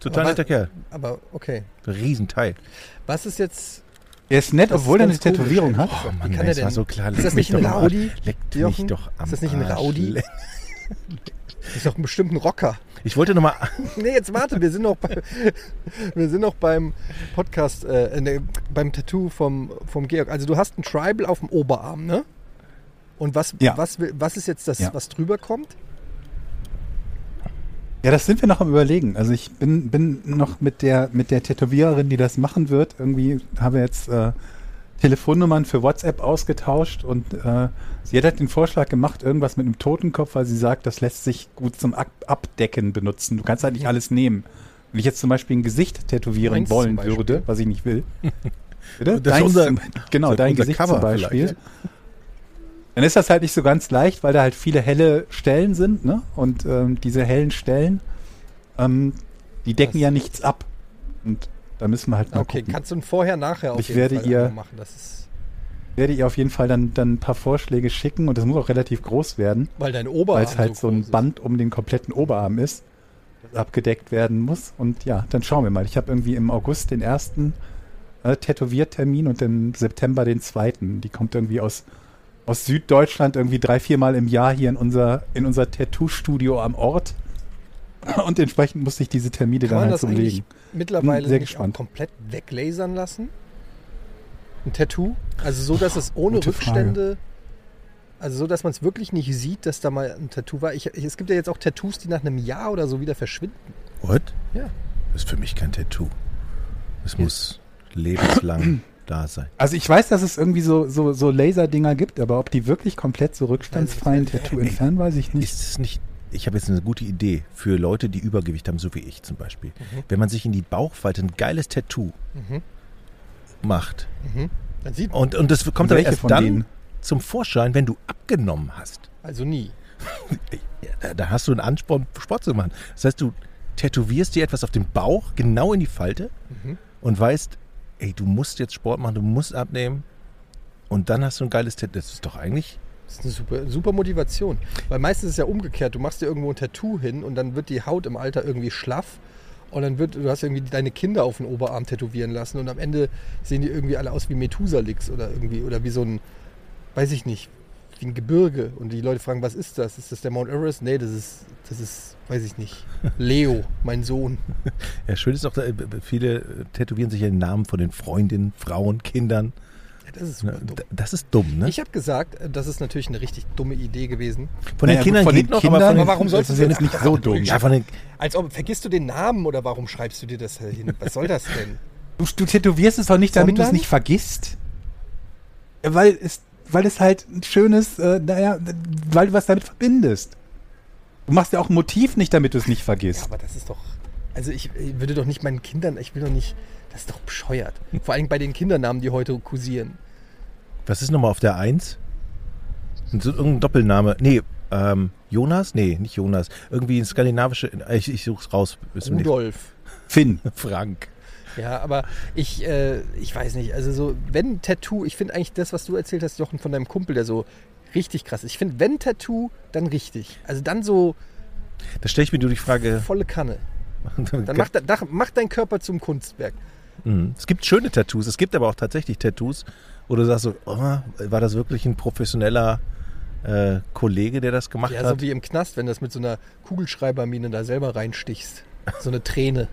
total
Aber-
netter Kerl.
Aber okay.
Riesenteil.
Was ist jetzt.
Er ist nett,
Das
obwohl
ist
er eine
ganz komisch.
Tätowierung hat.
Oh
Wie
Mann,
kann
ey,
er
es war
denn-
so klar.
Ist
leck
das
mich
nicht ein
doch am Arsch.
Raudi,
Leckt mich
Jochen?
doch am
Ist das nicht ein
Arsch.
Raudi?
Leck-
Das ist doch bestimmt ein Rocker.
Ich wollte nochmal.
Nee, jetzt warte, wir sind noch, bei, wir sind noch beim Podcast, äh, nee, beim Tattoo vom, vom Georg. Also, du hast ein Tribal auf dem Oberarm, ne? Und was,
Ja.
was, will- was ist jetzt das,
Ja.
was drüber kommt?
Ja, das sind wir noch am Überlegen. Also ich bin, bin noch mit der, mit der Tätowiererin, die das machen wird. Irgendwie haben wir jetzt äh, Telefonnummern für WhatsApp ausgetauscht und äh, sie hat halt den Vorschlag gemacht, irgendwas mit einem Totenkopf, weil sie sagt, das lässt sich gut zum Ab Abdecken benutzen. Du kannst halt nicht alles nehmen. Wenn ich jetzt zum Beispiel ein Gesicht tätowieren
Meins zum
wollen
Beispiel.
würde, was ich nicht will. Bitte?
Das ist unser-
zum- genau,
unser-
dein
unser
Gesicht
Cover
zum Beispiel.
vielleicht.
Dann ist das halt nicht so ganz leicht, weil da halt viele helle Stellen sind, ne? Und ähm, diese hellen Stellen, ähm, die decken
Das-
ja nichts ab. Und da müssen wir halt mal
Okay,
gucken.
kannst du ein Vorher, Nachher auf
Ich
jeden
werde
Fall
ihr-
einmal machen. Das ist,
Werde ich auf jeden Fall dann, dann ein paar Vorschläge schicken und das muss auch relativ groß werden,
weil dein
weil
Oberarm.
es halt so
groß
ein
ist.
Band um den kompletten Oberarm ist, das abgedeckt werden muss. Und ja, dann schauen wir mal. Ich habe irgendwie im August den ersten äh, Tätowiertermin und im September den zweiten. Die kommt irgendwie aus, aus Süddeutschland irgendwie drei, viermal im Jahr hier in unser, in unser Tattoo-Studio am Ort. Und entsprechend musste ich diese Termine
Kann
dann
man
halt
das
so
eigentlich
legen.
mittlerweile
Bin sehr
nicht auch
gespannt.
komplett weglasern lassen? Ein Tattoo? Also so, dass es ohne
Gute Frage.
Rückstände, also so, dass man es wirklich nicht sieht, dass da mal ein Tattoo war. Ich, ich, es gibt ja jetzt auch Tattoos, die nach einem Jahr oder so wieder verschwinden.
What?
Ja.
Das ist für mich kein Tattoo. Es muss lebenslang da sein.
Also ich weiß, dass es irgendwie so, so, so Laserdinger gibt, aber ob die wirklich komplett so rückstandsfreien Tattoo entfernen, weiß ich nicht.
Ist es nicht. Ich habe jetzt eine gute Idee für Leute, die Übergewicht haben, so wie ich zum Mhm. Beispiel. Wenn man sich in die Bauchfalte ein geiles Tattoo macht,
Dann sieht man
Und, und das kommt aber
Welche
erst
von
dann
denen?
zum Vorschein, wenn du abgenommen hast.
also nie.
Ja, da, da hast du einen Ansporn, Sport zu machen. Das heißt, du tätowierst dir etwas auf den Bauch, genau in die Falte
Mhm.
und weißt, ey, du musst jetzt Sport machen, du musst abnehmen. Und dann hast du ein geiles Tattoo. Das ist doch eigentlich.
Das ist eine super, super Motivation. Weil meistens ist es ja umgekehrt. Du machst dir irgendwo ein Tattoo hin und dann wird die Haut im Alter irgendwie schlaff. Und dann wird, du hast irgendwie deine Kinder auf den Oberarm tätowieren lassen und am Ende sehen die irgendwie alle aus wie Methusalix oder irgendwie, oder wie so ein, weiß ich nicht, wie ein Gebirge. Und die Leute fragen, was ist das? Ist das der Mount Everest? Nee, das ist, das ist, weiß ich nicht, Leo, mein Sohn.
Ja, schön ist auch, da- viele äh, tätowieren sich ja den Namen von den Freundinnen, Frauen, Kindern.
Ja, das ist super dumm.
D- Das ist dumm, ne?
Ich habe gesagt, das ist natürlich eine richtig dumme Idee gewesen.
Von den
Naja, gut,
Kindern
von den
geht noch,
Kindern,
aber von den,
Aber warum
das
sollst
ist
du
jetzt
denn-
nicht so dumm.
ja, von den,
Als ob, vergisst du den Namen oder warum schreibst du dir das hin? Was soll das denn?
Du, du tätowierst es doch nicht, damit du es
Sondern?
nicht vergisst. Weil es, weil es halt ein schönes, äh, naja, weil du was damit verbindest. Du machst ja auch ein Motiv nicht, damit du es nicht
Ja,
vergisst.
aber das ist doch. Also ich, ich würde doch nicht meinen Kindern, ich will doch nicht. Das ist doch bescheuert. Vor allem bei den Kindernamen, die heute kursieren.
was ist nochmal auf der Eins? Und so Irgendein Doppelname. Nee, ähm, Jonas? Nee, nicht Jonas. Irgendwie ein skandinavische. Ich, ich such's raus. Bis zum nächsten-
Rudolf.
Finn.
Frank.
Ja, aber ich, äh, ich weiß nicht. Also so, wenn Tattoo, ich finde eigentlich das, was du erzählt hast, Jochen, von deinem Kumpel, der so richtig krass ist. Ich finde, wenn Tattoo, dann richtig. Also dann so
Da stelle ich mir nur die Frage.
volle Kanne. Dann mach, de- dach- mach dein Körper zum Kunstwerk.
Mhm. es gibt schöne Tattoos, es gibt aber auch tatsächlich Tattoos, wo du sagst so, oh, war das wirklich ein professioneller äh, Kollege, der das gemacht
Ja,
hat?
so wie im Knast, wenn du das mit so einer Kugelschreibermine da selber reinstichst. So eine Träne.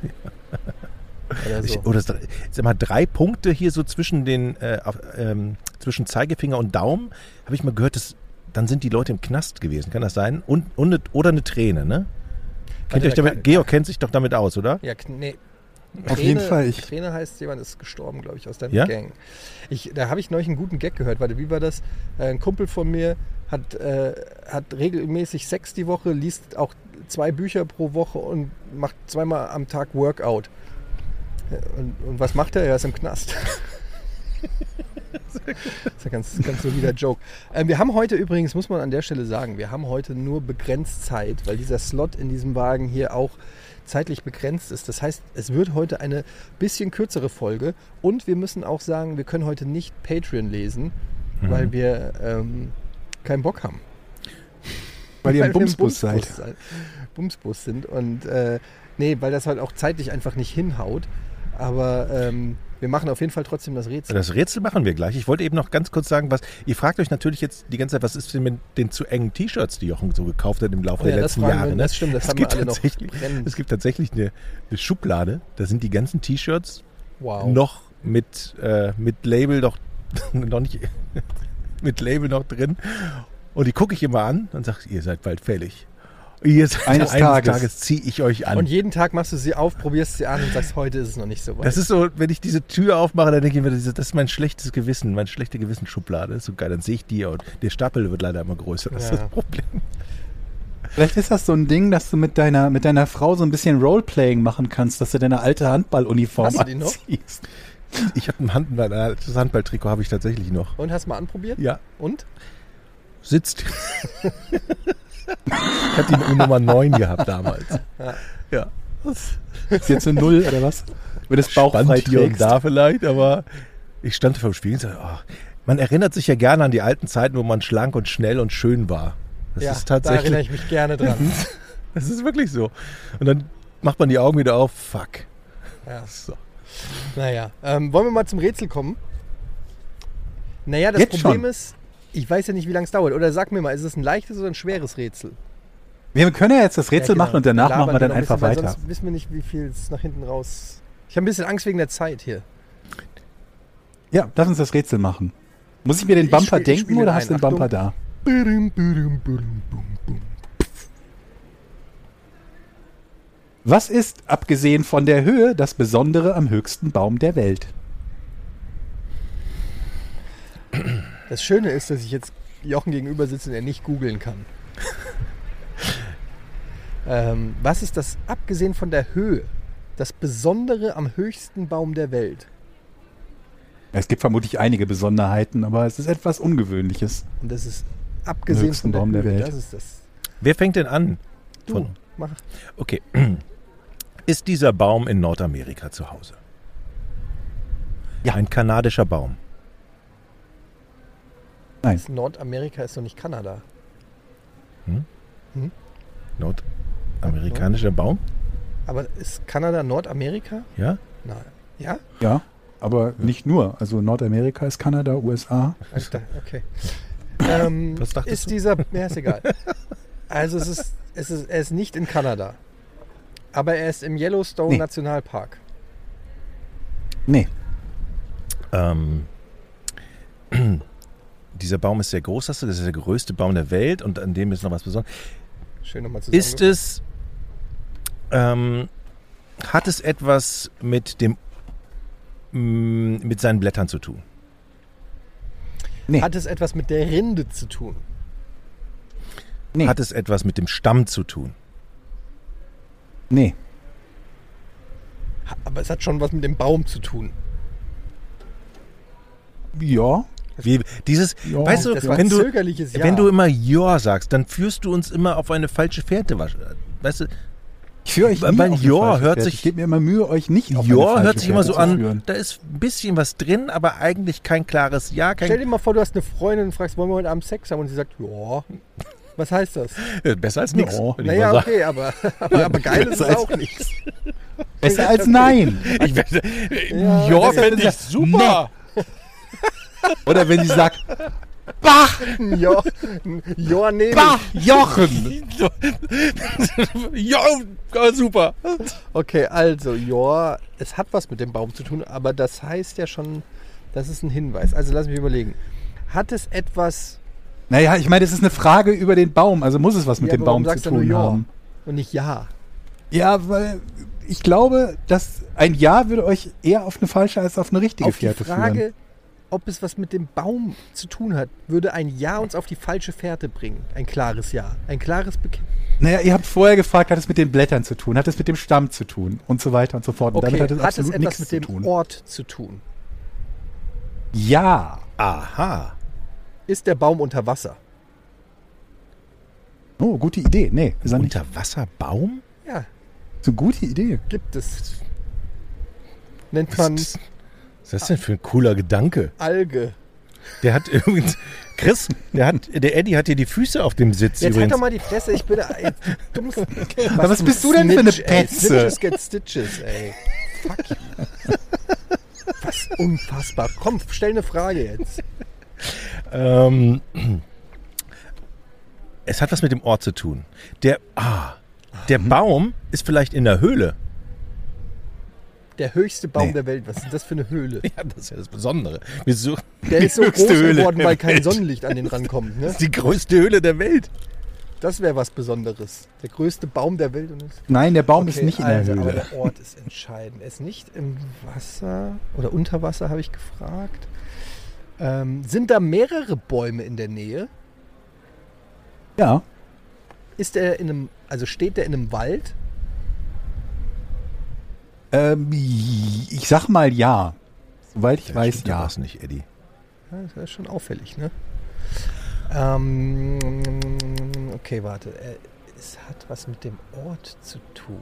Oder so.
Ich, oder ist, sag mal, drei Punkte hier so zwischen den äh, auf- ähm, zwischen Zeigefinger und Daumen, habe ich mal gehört, dass, dann sind die Leute im Knast gewesen, kann das sein? Und, und eine, oder eine Träne, ne? Kennt
Warte,
ihr euch
da
damit,
kann-
Georg kennt sich doch damit aus, oder?
Ja, kn- nee.
Auf jeden Fall, ich-
Träne heißt, jemand ist gestorben, glaube ich, aus deiner
Ja?
Gang. Ich, da habe ich neulich einen guten Gag gehört. Warte, wie war das? Äh, Ein Kumpel von mir hat, äh, hat regelmäßig Sex die Woche, liest auch zwei Bücher pro Woche und macht zweimal am Tag Workout. Äh, Und, und was macht er? Er ist im Knast. das ist ein ganz, ganz solider Joke. Ähm, wir haben heute übrigens, muss man an der Stelle sagen, wir haben heute nur begrenzt Zeit, weil dieser Slot in diesem Wagen hier auch zeitlich begrenzt ist. Das heißt, es wird heute eine bisschen kürzere Folge und wir müssen auch sagen, wir können heute nicht Patreon lesen,
Mhm.
weil wir ähm, keinen Bock haben.
Weil ihr
wir
im Bumsbus seid.
sein- Bumsbus sind und äh, nee, weil das halt auch zeitlich einfach nicht hinhaut. Aber ähm, wir machen auf jeden Fall trotzdem das Rätsel.
Das Rätsel machen wir gleich. Ich wollte eben noch ganz kurz sagen, was ihr fragt euch natürlich jetzt die ganze Zeit, was ist denn mit den zu engen T-Shirts, die Jochen so gekauft hat im Laufe
Oh ja,
der
das
letzten
fragen wir-
Jahre. ne?
das stimmt, das
es
haben
gibt
wir alle noch
tatsächlich,
brennend.
Es gibt tatsächlich eine, eine Schublade, da sind die ganzen T-Shirts
Wow.
noch mit, äh, mit Label doch noch nicht mit Label noch drin. Und die gucke ich immer an und sage, ihr seid bald fällig. Ihr seid,
Eines Tages.
ziehe ich euch an.
Und jeden Tag machst du sie auf, probierst sie an und sagst, heute ist es noch nicht so weit.
Das ist so, wenn ich diese Tür aufmache, dann denke ich mir, das ist das ist mein schlechtes Gewissen, meine schlechte Gewissensschublade. Das ist so geil, dann sehe ich die und der Stapel wird leider immer größer. Das ist
Ja.
das Problem.
Vielleicht ist das so ein Ding, dass du mit deiner, mit deiner Frau so ein bisschen Roleplaying machen kannst, dass du deine alte Handballuniform
Hast du die noch?
anziehst.
Ich habe ein Handball, das Handballtrikot habe ich tatsächlich noch.
und hast mal anprobiert?
Ja,
Und?
sitzt. ich habe die Nummer 9 gehabt damals.
Ja.
Ja.
Ist jetzt eine Null oder was? Wenn das Bauch frei
Band hier und
trägst.
da vielleicht, aber ich stand vor dem Spiegel und sagte, oh, man erinnert sich ja gerne an die alten Zeiten, wo man schlank und schnell und schön war. Das
ja,
ist
Da erinnere
tatsächlich
ich mich gerne
Mhm.
dran.
Das ist wirklich so. Und dann macht man die Augen wieder auf. Fuck.
ja.
So.
Naja, ähm, wollen wir mal zum Rätsel kommen? Naja, das
Jetzt
Problem
schon?
ist, ich weiß ja nicht, wie lange es dauert. Oder sag mir mal, ist es ein leichtes oder ein schweres Rätsel?
Wir können ja jetzt das Rätsel
Ja, genau.
machen und danach
labern
machen wir dann
noch ein
einfach
bisschen, weil
weiter.
Sonst wissen wir nicht, wie viel es nach hinten raus. Ich habe ein bisschen Angst wegen der Zeit hier.
Ja, lass uns das Rätsel machen. Muss ich mir den
Ich
Bumper
spiel- ich
denken
spiel
oder
den
hast du den
ein.
Bumper
Achtung.
da? Was ist, abgesehen von der Höhe, das Besondere am höchsten Baum der Welt?
Das Schöne ist, dass ich jetzt Jochen gegenüber sitze und er nicht googeln kann. ähm, was ist das, abgesehen von der Höhe, das Besondere am höchsten Baum der Welt?
Es gibt vermutlich einige Besonderheiten, aber es ist etwas Ungewöhnliches.
Und das ist abgesehen von
Höchsten
der,
Baum der
Höhe,
Welt.
Das ist das.
Wer fängt denn an?
Du,
Von-
mach.
Okay. Ist dieser Baum in Nordamerika zu Hause? Ja, ein kanadischer Baum.
Nein,
Nordamerika ist doch nicht Kanada.
Nordamerikanischer Baum?
Aber ist Kanada Nordamerika?
Ja?
Nein. Ja?
ja, aber nicht nur. Also Nordamerika ist Kanada, USA.
Alles klar, okay. Ähm,
Was dachtest
ist
du?
dieser. Ja, ist egal. Also es ist, es ist, er ist nicht in Kanada. Aber er ist im Yellowstone
Nee.
Nationalpark.
Nee,
Ähm, dieser Baum ist sehr groß, hast du? Das ist der größte Baum der Welt und an dem ist noch was Besonderes.
Schön nochmal zusammen.
Ist es. Ähm, hat es etwas mit dem. m, mit seinen Blättern zu tun?
nee,
Hat es etwas mit der Rinde zu tun?
nee,
Hat es etwas mit dem Stamm zu tun?
nee.
Ha- Aber es hat schon was mit dem Baum zu tun.
Ja,
Wie, dieses,
Ja.
weißt du,
Das war
wenn
ein
du,
zögerliches Ja.
wenn du immer Ja sagst, dann führst du uns immer auf eine falsche Fährte. wasch- Weißt du,
ich führe euch
Bei-
nie
bei
auf eine
Jor
falsche
hört
Fährte.
sich-
Ich gebe mir immer Mühe, euch nicht auf eine
Ja
falsche
hört sich immer
Fährte
so
zu führen.
an, da ist ein bisschen was drin, aber eigentlich kein klares Ja.
Stell
Kein,
dir mal vor, du hast eine Freundin und fragst, wollen wir heute Abend Sex haben? Und sie sagt, ja. Was heißt das?
Äh, besser als
nix,
nichts.
würd ich
Naja, okay, aber, aber, aber geil ist es
Besser als-
auch nichts.
Besser als nein.
Ich werde,
Ja,
ja, fände ich super.
Oder wenn sie sagt,
Ja, ja nee.
bah, Jochen.
ja, super.
Okay, also, ja, es hat was mit dem Baum zu tun, aber das heißt ja schon, das ist ein Hinweis. Also lass mich überlegen. Hat es etwas
Naja, ich meine, es ist eine Frage über den Baum, also muss es was mit
Ja,
dem
aber warum
Baum zu
sagst du nur
tun
Ja?
haben.
und nicht ja?
Ja, weil ich glaube, dass ein Ja würde euch eher auf eine falsche als auf eine richtige
Auf die
Fährte
Frage,
führen.
ob es was mit dem Baum zu tun hat, würde ein Ja uns auf die falsche Fährte bringen. Ein klares Ja. Ein klares Bekenntnis.
Naja, ihr habt vorher gefragt, hat es mit den Blättern zu tun, hat es mit dem Stamm zu tun und so weiter und so fort. Und
Okay,
damit hat es
hat es
absolut
etwas
nichts
mit
zu
dem
tun.
Ort zu tun?
Ja.
Aha.
Ist der Baum unter Wasser?
Oh, gute Idee. Nee, ist er nicht.
Unterwasserbaum?
Ja,
So gute Idee.
gibt es. Nennt man
ist das denn für ein cooler Gedanke?
Alge.
Der hat übrigens, Chris, der, hat, der Eddie hat hier die Füße auf dem Sitz
Jetzt halt
übrigens.
doch mal die Fresse, ich bin äh, jetzt, du dummes-
Aber was bist du denn für eine Petze?
Ey, Snitches get Stitches, ey. Fuck you. Was unfassbar. Komm, stell eine Frage jetzt.
Ähm, es hat was mit dem Ort zu tun. Der, ah, der
Mhm.
Baum ist vielleicht in der Höhle.
Der höchste Baum
Nee.
der Welt, was ist das für eine Höhle?
Ja, das ist ja das Besondere. Wir suchen
Der ist so
höchste
groß
Höhle
geworden,
der
weil kein
Welt.
Sonnenlicht an den rankommt. Ne?
die größte Höhle der Welt.
Das wäre was Besonderes. Der größte Baum der Welt. Und das-
Nein, der Baum ist
Okay,
nicht in
also,
der
Aber
Höhle.
der Ort ist entscheidend. Er ist nicht im Wasser oder unter Wasser, habe ich gefragt. Ähm, sind da mehrere Bäume in der Nähe?
Ja.
Ist er in einem, also steht er in einem Wald?
Ähm, ich sag mal ja. Soweit ich weiß,
Stimmt doch
ja.
was nicht, Eddie.
Ja, das ist schon auffällig, ne? Ähm, okay, warte. Äh, Es hat was mit dem Ort zu tun.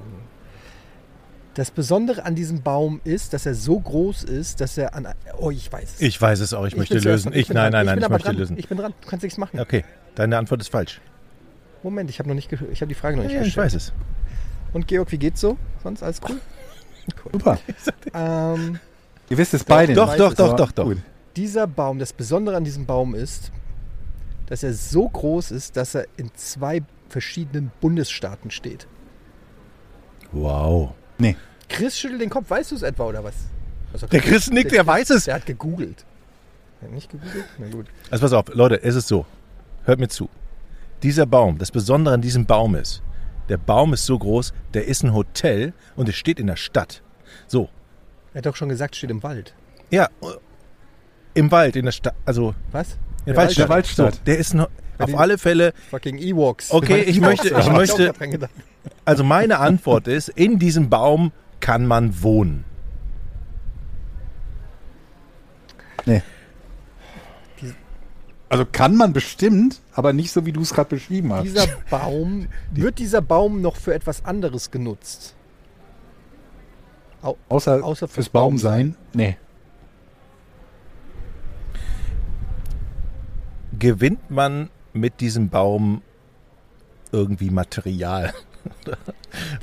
Das Besondere an diesem Baum ist, dass er so groß ist, dass er an. Oh, ich weiß es.
Ich weiß es auch. Ich,
bin
möchte
zuerst
lösen.
dran,
Ich,
bin
nein,
dran.
nein, nein,
bin
ich,
aber
möchte
dran.
lösen.
Ich bin dran. Du kannst nichts machen.
Okay, deine Antwort ist falsch.
Moment, ich habe noch nicht. ge- Ich habe die Frage noch
Ja,
nicht
ja, ich
gestellt.
weiß es.
Und Georg, wie geht's so? Sonst alles cool?
Super.
ähm,
Ihr wisst es beide.
Doch,
nicht.
doch,
Ist
doch,
aber
doch, doch.
gut.
dieser Baum, das Besondere an diesem Baum ist, dass er so groß ist, dass er in zwei verschiedenen Bundesstaaten steht.
Wow.
Nee.
Chris schüttelt den Kopf. Weißt du es etwa oder was? Also,
Der Chris nickt, der weiß es.
Der hat gegoogelt. Er hat nicht gegoogelt? Na gut.
Also pass auf, Leute, es ist so. Hört mir zu. Dieser Baum, das Besondere an diesem Baum ist, der Baum ist so groß, der ist ein Hotel und es steht in der Stadt. So,
Er hat doch schon gesagt, steht im Wald.
ja, im Wald, in der Stadt, also
Was?
in der
Waldstadt.
Waldstadt.
Der Waldstadt.
So, der ist noch, auf
die-
alle Fälle,
Fucking Ewoks.
Okay, ich möchte- ich
hab
möchte-
auch dran gedacht.
also meine Antwort ist, in diesem Baum kann man wohnen.
Nee. Also kann man bestimmt, aber nicht so, wie du es gerade beschrieben
Ah.
hast.
Dieser Baum, wird dieser Baum noch für etwas anderes genutzt? Au-
außer,
außer fürs
fürs Baumsein. Nee.
Gewinnt man mit diesem Baum irgendwie Material?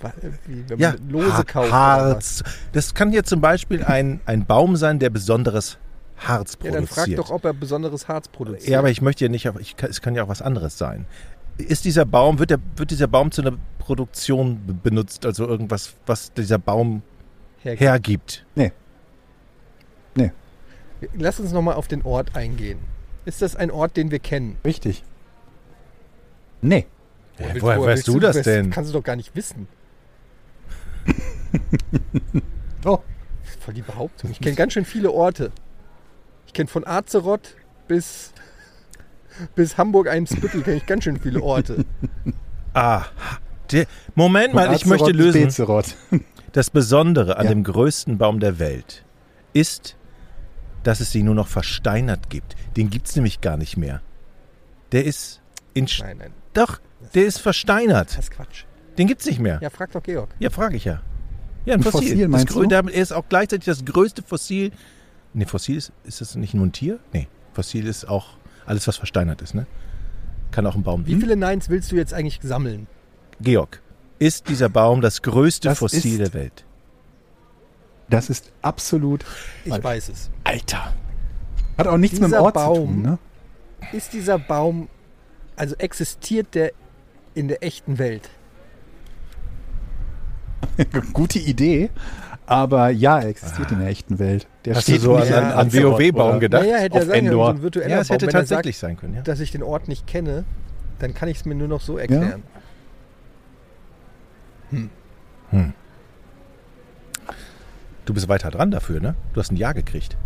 wa- wie, wenn man
Ja,
Äh, lose
Ha-
kauft. oder was?
Harz. Das kann hier zum Beispiel ein, ein Baum sein, der besonderes Harz
Ja,
produziert.
dann frag doch, ob er besonderes Harz produziert.
Ja, aber ich möchte ja nicht, auf- ich, kann- es kann ja auch was anderes sein. Ist dieser Baum, wird, der, wird dieser Baum zu einer Produktion be- benutzt, also irgendwas, was dieser Baum
Herr,
hergibt?
Lass uns nochmal auf den Ort eingehen. Ist das ein Ort, den wir kennen?
Richtig. Nee.
Ja,
Willst-
woher weißt
willst
du das
willst-
denn?
Kannst du doch gar nicht wissen.
Oh.
Voll die Behauptung. Ich kenne ganz schön viele Orte. Ich kenne von Azeroth bis, bis Hamburg-Eimsbüttel kenne ich ganz schön viele Orte.
Ah, der, Moment mal, ich
Azeroth
möchte
und
lösen.
Bezeroth.
Das Besondere an
Ja.
dem größten Baum der Welt ist, dass es ihn nur noch versteinert gibt. Den gibt es nämlich gar nicht mehr. Der ist in. Sch-
Nein, nein,
Doch, der ist versteinert.
das ist Quatsch.
Den gibt es nicht mehr.
Ja, frag doch Georg.
Ja, frage ich ja. Ja, ein
Ein
Fossil.
Fossil,
das
meinst
grö-
du?
Damit, er ist auch gleichzeitig das größte Fossil. Ne, Fossil ist, ist das nicht nur ein Tier? Nee, Fossil ist auch alles, was versteinert ist, ne? Kann auch ein Baum
Wie
sein.
viele Neins willst du jetzt eigentlich sammeln?
Georg, ist dieser Baum das größte
Das
Fossil
ist-
der Welt?
Das ist absolut.
Ich
Falsch.
weiß es.
Alter.
Hat auch nichts mit dem
Dieser
Ort
Baum-
zu tun, ne?
Ist dieser Baum, also existiert der in der echten Welt?
Gute Idee. Aber ja, er existiert in der echten Welt. Der
Ah. Hast du so an,
nicht
an,
in
an
Azeroth,
WoW-Baum
oder?
gedacht?
naja, hätte
auf
er sein können, so
Endor.
ein virtueller
Ja, es hätte
Baum. Wenn er sagt,
tatsächlich sein können, ja.
dass ich den Ort nicht kenne, dann kann ich es mir nur noch so erklären.
Du bist weiter dran dafür, ne? Du hast ein Ja gekriegt.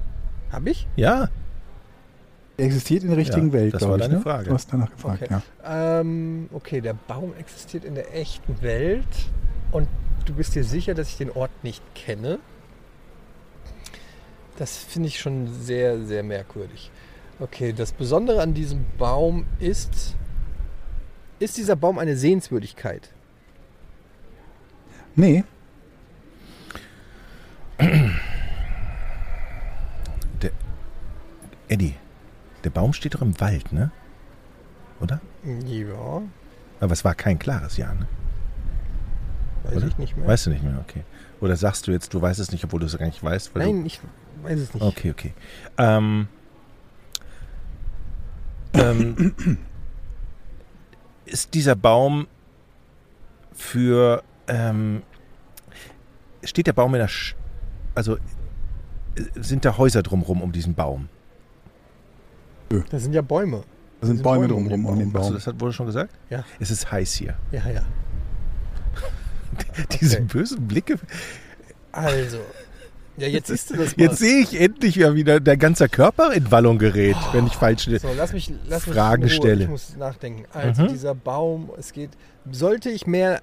Hab ich?
Ja,
Er existiert in der richtigen
Ja,
Welt.
das
glaub
war
ich,
deine
ne?
Frage.
Du hast danach gefragt,
Okay.
ja.
Ähm, okay, der Baum existiert in der echten Welt und du bist dir sicher, dass ich den Ort nicht kenne? Das finde ich schon sehr, sehr merkwürdig. Okay, das Besondere an diesem Baum ist, ist dieser Baum eine Sehenswürdigkeit?
Nee,
Eddie, der Baum steht doch im Wald, ne? Oder?
Ja,
Aber es war kein klares Ja, ne?
weiß
Oder?
ich nicht mehr.
Weißt du nicht mehr, okay. Oder sagst du jetzt, du weißt es nicht, obwohl du es gar nicht weißt? Weil
Nein, ich weiß es nicht.
Du, okay, okay. Ähm, ähm, ist dieser Baum für. Ähm, steht der Baum in der. Sch also äh, sind da Häuser drumherum um diesen Baum?
Das sind ja Bäume.
da sind
Sind
Bäume
Bäume um den
drumherum um den
Hast du
Baum.
das hat- wurde schon gesagt?
Ja.
Es ist heiß hier.
Ja, ja.
Diese
Okay.
bösen Blicke.
Also. Ja, jetzt siehst du das mal.
Jetzt sehe ich endlich ja wieder der ganze Körper in Wallung gerät, wenn ich falsch.
Oh, So, lass mich, lass mich
Fragen
in Ruhe.
stelle.
Ich muss nachdenken. Also
Mhm.
dieser Baum, es geht. Sollte ich mehr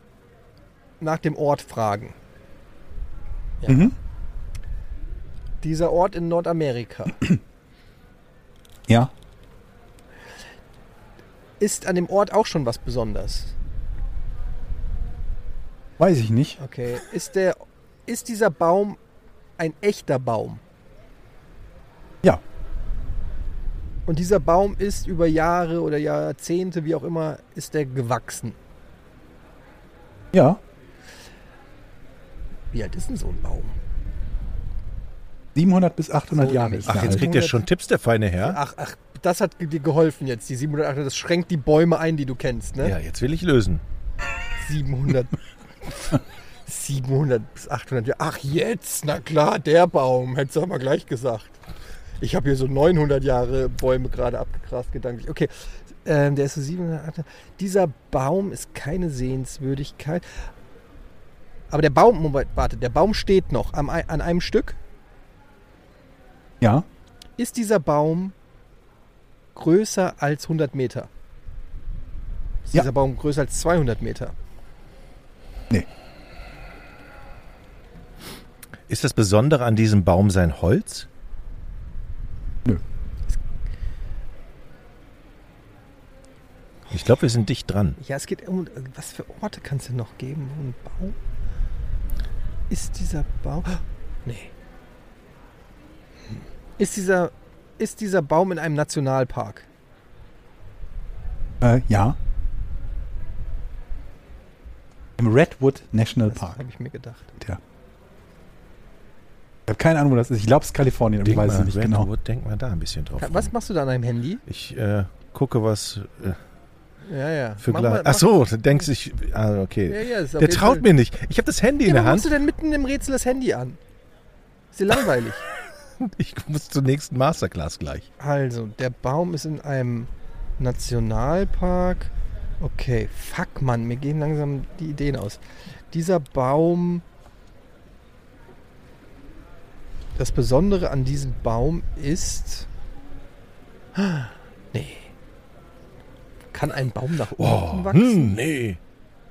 nach dem Ort fragen? Ja.
Mhm.
Dieser Ort in Nordamerika
Ja,
ist an dem Ort auch schon was Besonderes.
weiß ich nicht.
Okay, ist der, ist dieser Baum ein echter Baum?
Ja,
Und dieser Baum ist über Jahre oder Jahrzehnte, wie auch immer, ist der gewachsen.
ja.
Wie alt ist denn so ein Baum?
700 bis 800
So
Jahre
nämlich.
ist
Ach,
er
jetzt
alt.
kriegt er schon Tipps, der feine Herr.
Ach, ach, das hat dir geholfen jetzt, die 708. Das schränkt die Bäume ein, die du kennst, ne?
Ja, jetzt will ich lösen.
700. 700 bis 800 Jahre. Ach, jetzt? Na klar, der Baum. Hättest du aber gleich gesagt. Ich habe hier so 900 Jahre Bäume gerade abgegrast, gedanklich. Okay, ähm, der ist so 700. 800. Dieser Baum ist keine Sehenswürdigkeit. Aber der Baum, Moment, warte, der Baum steht noch am, ei- an einem Stück.
Ja,
Ist dieser Baum größer als 100 Meter? Ist
Ja.
dieser Baum größer als 200 Meter?
Ist das Besondere an diesem Baum sein Holz?
Nö.
Ich glaube, wir sind dicht dran.
Ja, es geht um, was für Orte kann es denn noch geben? Ein Bau? Ist dieser Baum... oh, Nee. Hm. Ist dieser, ist dieser Baum in einem Nationalpark?
Äh, ja. Im Redwood National
Das
Park.
habe ich mir gedacht.
Tja. Ich habe keine Ahnung, wo das ist. Ich glaube, es ist Kalifornien, aber ich weiß es nicht genau.
Redwood, denk mal da ein bisschen drauf.
Ka- Was machst du da an deinem Handy?
Ich äh, gucke, was äh,
Ja, ja.
für
Mach
Glas.
mal-
Ach
mach-
so, du denkst ich. Ah,
Ja,
okay.
ja, ist auf
Der
jeden
traut
Fall-
mir nicht. Ich habe das Handy in
Ja,
der
warum hast
Hand.
du denn mitten im Rätsel das Handy an? Ist dir langweilig?
Ich muss zur nächsten Masterclass gleich.
Also, der Baum ist in einem Nationalpark. Okay, fuck, Mann, mir gehen langsam die Ideen aus. Dieser Baum. Das Besondere an diesem Baum ist. Ah, Nee. Kann ein Baum nach unten
Oh,
wachsen?
hm, nee.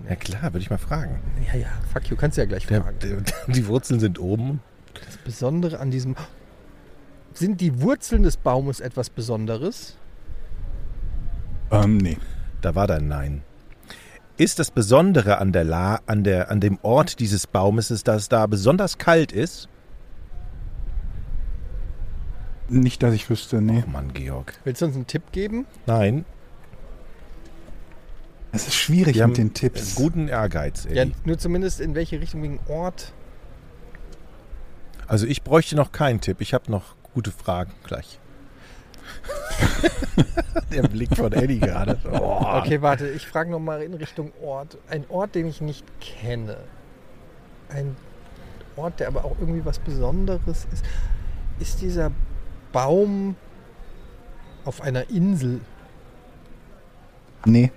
Na klar, würde ich mal fragen.
Ja, ja, fuck you, kannst du ja gleich
Der,
fragen.
der, die Wurzeln sind oben.
Das Besondere an diesem. Sind die Wurzeln des Baumes etwas Besonderes?
Ähm, nee.
Da war dein Nein. Ist das Besondere an, der La, an, der, an dem Ort dieses Baumes, ist, dass da besonders kalt ist?
Nicht, dass ich wüsste, nee.
Oh Mann, Georg.
Willst du uns einen Tipp geben?
Nein,
Es ist schwierig
Wir haben
mit den Tipps.
äh, guten Ehrgeiz,
Ja,
Eddie.
nur zumindest in welche Richtung wegen Ort.
Also ich bräuchte noch keinen Tipp. Ich habe noch gute Fragen gleich. der Blick von Eddie gerade. Oh.
Okay, warte, ich frage nochmal in Richtung Ort. Ein Ort, den ich nicht kenne. Ein Ort, der aber auch irgendwie was Besonderes ist. Ist dieser Baum auf einer Insel?
Nee.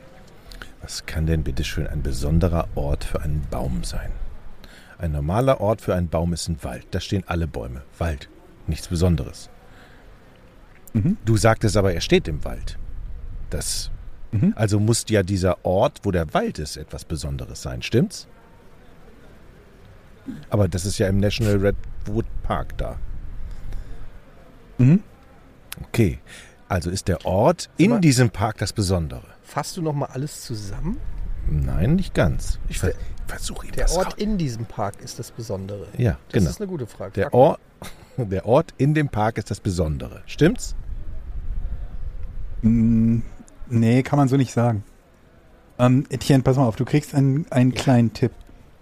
Was kann denn bitte schön ein besonderer Ort für einen Baum sein? Ein normaler Ort für einen Baum ist ein Wald. Da stehen alle Bäume. Wald. Nichts Besonderes.
Mhm.
Du sagtest aber, er steht im Wald. Das.
Mhm.
Also muss ja dieser Ort, wo der Wald ist, etwas Besonderes sein, stimmt's? Aber das ist ja im National Redwood Park da.
Mhm.
Okay. Also ist der Ort
mal-
in diesem Park das Besondere?
Fasst du nochmal alles zusammen?
Nein, nicht ganz. Ich
Der-
ver versuche ihm
Der
das
Ort
raus-
in diesem Park ist das Besondere.
Ja,
Das
genau.
ist eine gute Frage.
Der
Frag-
Ort, der Ort in dem Park ist das Besondere. Stimmt's?
Mm, Nee, kann man so nicht sagen. Ähm, Etienne, pass mal auf, du kriegst einen, einen kleinen Tipp.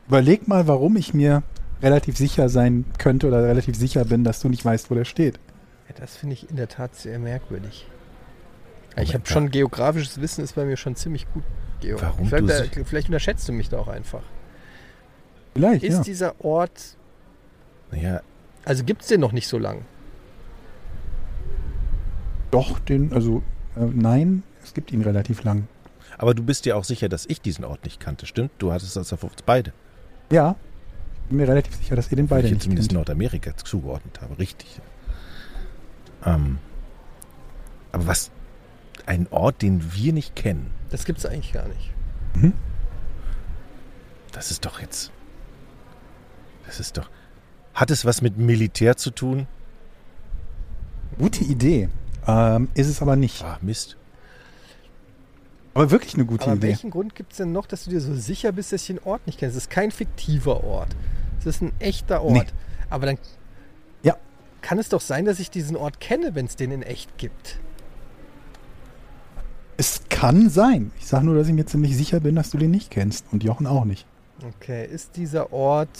Überleg mal, warum ich mir relativ sicher sein könnte oder relativ sicher bin, dass du nicht weißt, wo der steht.
Ja, das finde ich in der Tat sehr merkwürdig. Ja, Ich habe
Moment,
schon geografisches Wissen, ist bei mir schon ziemlich gut. Georg.
Warum
vielleicht,
du
da, vielleicht unterschätzt du mich da auch einfach.
Vielleicht,
Ist
ja.
dieser Ort,
Ja,
also gibt es den noch nicht so lang?
Doch, den, also äh, nein, es gibt ihn relativ lang.
aber du bist dir auch sicher, dass ich diesen Ort nicht kannte, stimmt? Du hattest das auf uns beide.
Ja, ich bin mir relativ sicher, dass ihr den
Weil
beide
ich jetzt
nicht
zumindest
kennt.
Nordamerika zugeordnet habe, richtig. Ähm, aber was? Ein Ort, den wir nicht kennen.
Das gibt es eigentlich gar nicht.
Das ist doch jetzt. Das ist doch. Hat es was mit Militär zu tun?
Gute Idee. Ähm, ist es aber nicht.
Ah, Mist.
Aber wirklich eine gute
Aber
Idee.
welchen Grund gibt es denn noch, dass du dir so sicher bist, dass ich den Ort nicht kennst? Es ist kein fiktiver Ort. Es ist ein echter Ort.
Nee.
Aber dann
Ja.
kann es doch sein, dass ich diesen Ort kenne, wenn es den in echt gibt.
Es kann sein. Ich sage nur, dass ich mir ziemlich sicher bin, dass du den nicht kennst. Und Jochen auch nicht.
Okay, ist dieser Ort.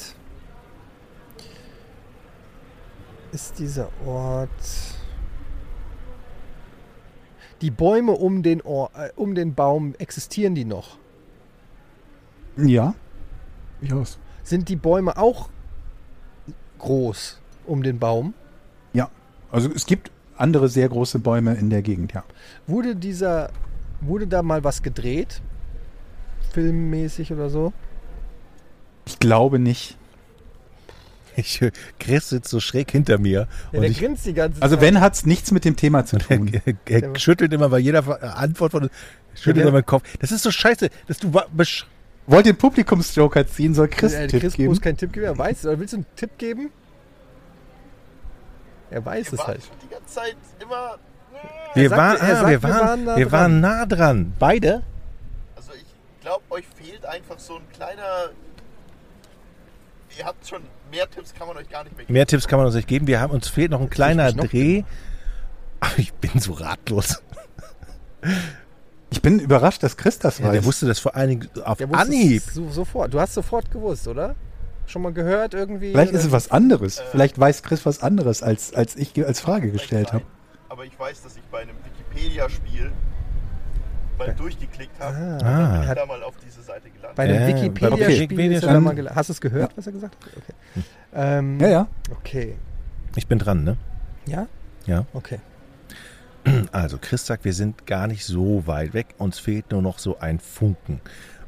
Ist dieser Ort. Die Bäume um den, Or äh, um den Baum, existieren die noch?
Ja. Ich aus.
Sind die Bäume auch groß um den Baum?
Ja. Also es gibt andere sehr große Bäume in der Gegend, ja.
Wurde dieser. Wurde da mal was gedreht? Filmmäßig oder so?
Ich glaube nicht.
Ich, Chris sitzt so schräg hinter mir.
Ja,
und
der
ich,
grinst die ganze
Also
Zeit.
wenn, hat es nichts mit dem Thema zu tun.
Er, er schüttelt immer bei jeder Ver- Antwort von uns, schüttelt
Ja.
immer den Kopf. Das ist so scheiße, dass du wa- besch
Wollt ihr Publikumsjoker ziehen, soll Chris
Äh,
einen
Chris
Tipp geben?
muss keinen Tipp geben, er weiß es. Oder willst du einen Tipp geben? Er weiß es halt.
wir,
sagte,
waren,
er
ah,
sagt,
wir,
wir waren
waren,
nah
wir
dran.
waren nah dran. Beide?
glaube, also euch fehlt einfach so ein kleiner. Ihr habt schon mehr Tipps, kann man euch gar nicht mehr geben.
Mehr Tipps kann man uns nicht geben. Wir haben uns fehlt noch ein kleiner
mich noch
Dreh. Ach, ich bin so ratlos.
Ich bin überrascht, dass Chris das
Ja,
weiß.
der wusste das vor allen Dingen auf
Der wusste es
Anhieb.
So, sofort. Du hast sofort gewusst, oder? Schon mal gehört irgendwie?
Vielleicht ist
oder?
es was anderes.
Äh.
Vielleicht weiß Chris was anderes, als, als ich ge- als Frage gestellt habe.
Aber ich weiß, dass ich bei einem Wikipedia-Spiel mal durchgeklickt habe und
Ah.
dann bin ich da mal auf diese Seite gelandet.
Bei dem
Ja, bei- okay.
Wikipedia-Spiel ist er
Dann-
da mal gel- Hast du es gehört, was er gesagt hat? Okay. Ähm,
Ja, ja.
Okay.
Ich bin dran, ne?
Ja?
Ja.
Okay.
Also, Chris sagt, wir sind gar nicht so weit weg. Uns fehlt nur noch so ein Funken.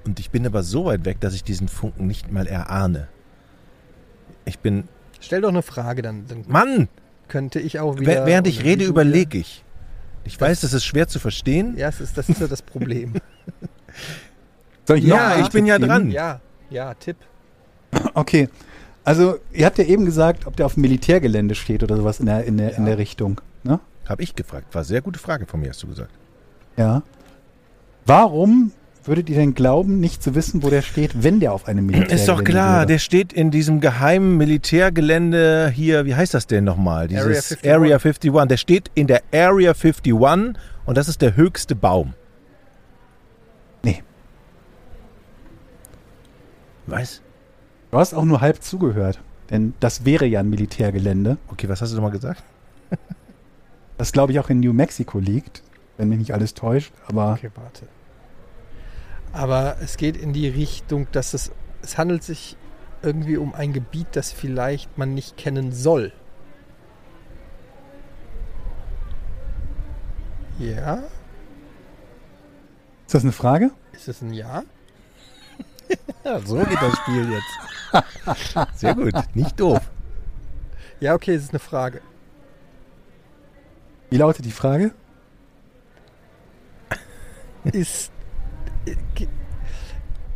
Und ich bin aber so weit weg, dass ich diesen Funken nicht mal erahne. Ich bin.
Stell doch eine Frage, dann, dann
Mann!
könnte ich auch
Wä-
wieder.
während ich
oder wie
rede,
du
überlege ich. Ich weiß, das ist schwer zu verstehen.
wieder- Ja, es ist, das ist ja das Problem.
Soll ich noch
Ja,
einen
ich bin
Tipp
ja
geben?
dran.
ja, ja, Tipp.
Okay. Also, ihr habt ja eben gesagt, ob der auf dem Militärgelände steht oder sowas in der, in der, in der Richtung. Ne?
Habe ich gefragt. War sehr gute Frage von mir, hast du gesagt.
Ja. Warum würdet ihr denn glauben, nicht zu wissen, wo der steht, wenn der auf einem Militärgelände
Ist doch klar,
wäre?
der steht in diesem geheimen Militärgelände hier, wie heißt das denn nochmal? Dieses
Area
Area 51. Der steht in der Area 51 und das ist der höchste Baum.
Nee.
Was?
Du hast auch nur halb zugehört. Denn das wäre ja ein Militärgelände,
Okay, was hast du nochmal gesagt?
das glaube ich auch in New Mexico liegt, wenn mich nicht alles täuscht. Aber
Okay, warte. Aber es geht in die Richtung, dass es. Es handelt sich irgendwie um ein Gebiet, das vielleicht man nicht kennen soll. Ja?
ist das eine Frage?
Ist es ein Ja?
Ja, so geht das Spiel jetzt. Sehr gut, nicht doof.
Ja, okay, es ist eine Frage.
Wie lautet die Frage?
ist äh, ge-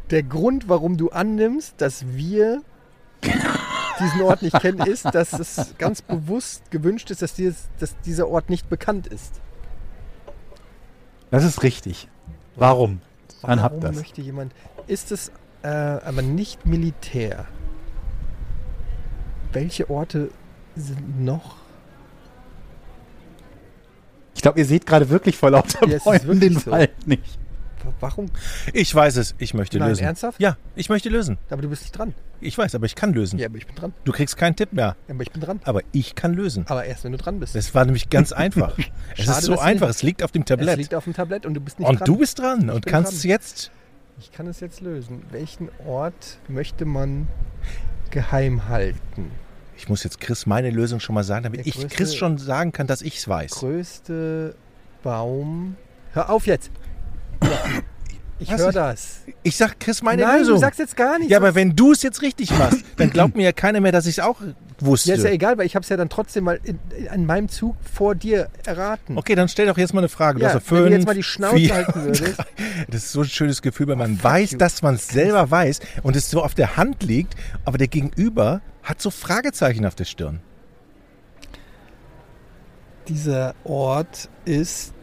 der Grund, warum du annimmst, dass wir diesen Ort nicht kennen, ist, dass es ganz bewusst gewünscht ist, dass, dieses, dass dieser Ort nicht bekannt ist.
Das ist richtig. Warum? Dann
Warum
habt das.
möchte jemand? Ist es äh, aber nicht Militär? Welche Orte sind noch?
Ich glaube, ihr seht gerade wirklich vor lauter
Ja, es ist
Bäumen
wirklich
den
so.
Wald nicht.
Warum?
Ich weiß es, ich möchte
Nein,
lösen.
ernsthaft?
Ja, ich möchte lösen.
Aber du bist nicht dran.
Ich weiß, aber ich kann lösen.
Ja, aber ich bin dran.
Du kriegst keinen Tipp mehr,
Ja, aber ich bin dran.
aber ich kann lösen.
Aber erst wenn du dran bist.
Es war nämlich ganz einfach. es
Schade,
ist so
dass
einfach,
nicht-
es liegt auf dem
es
Tablett.
liegt auf dem Tablett und du bist nicht
Und
dran.
du bist dran und
bin
kannst
dran.
es jetzt.
Ich kann es jetzt lösen. Welchen Ort möchte man geheim halten?
Ich muss jetzt Chris meine Lösung schon mal sagen, damit
Der
ich
größte-
Chris schon sagen kann, dass ich es weiß.
Größte Baum. Hör auf jetzt! Ja. Ich
Was?
höre das.
Ich sag Chris meine
Nein,
Lösung.
du sagst jetzt gar nichts.
ja, aber wenn du es jetzt richtig machst, dann glaubt mir ja keiner mehr, dass ich es auch wusste.
ja, ist ja egal, weil ich habe es ja dann trotzdem mal in, in, an meinem Zug vor dir erraten.
okay, dann stell doch jetzt mal eine Frage. Du
Ja,
hast doch
wenn du
fünf,
jetzt mal die Schnauze Oh,
vier,
halten würdest.
drei. Das ist so ein schönes Gefühl, wenn man weiß, dass man es selber weiß und es so auf der Hand liegt, aber der Gegenüber hat so Fragezeichen auf der Stirn.
Dieser Ort ist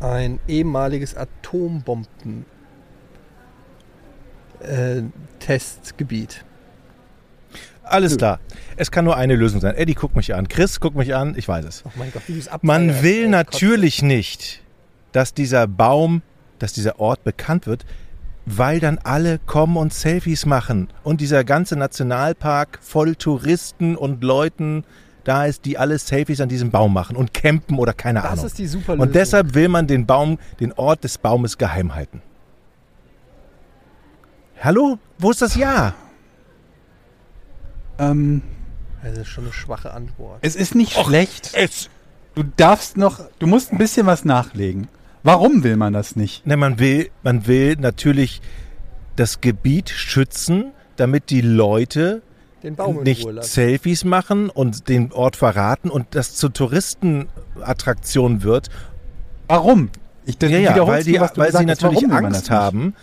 ein ehemaliges Atombomben äh, Testgebiet.
Alles klar. Es kann nur eine Lösung sein. Eddie, guck mich an. Chris, guck mich an. Ich weiß es.
Oh mein Gott, wie du es
Man
abfeierst.
will
Oh Gott.
natürlich nicht, dass dieser Baum, dass dieser Ort bekannt wird, weil dann alle kommen und Selfies machen und dieser ganze Nationalpark voll Touristen und Leuten da ist, die alle Selfies an diesem Baum machen und campen oder keine
Das
Ahnung.
ist die super
und deshalb will man den Baum, den Ort des Baumes geheim halten. Hallo, wo ist das Ja?
Ähm,
Das ist schon eine schwache Antwort.
es ist nicht schlecht.
Es.
Du darfst noch, du musst ein bisschen was nachlegen. Warum will man das nicht?
Ne, man will, man will natürlich das Gebiet schützen, damit die Leute
Den Baum in
nicht
Ruhe lassen.
Selfies machen und den Ort verraten und das zur Touristenattraktion wird.
Warum? Ich das
Ja, ja, weil,
wiederholst
die,
nur, was du
weil sie
gesagt hast.
natürlich
Warum will man das
Angst
nicht?
haben,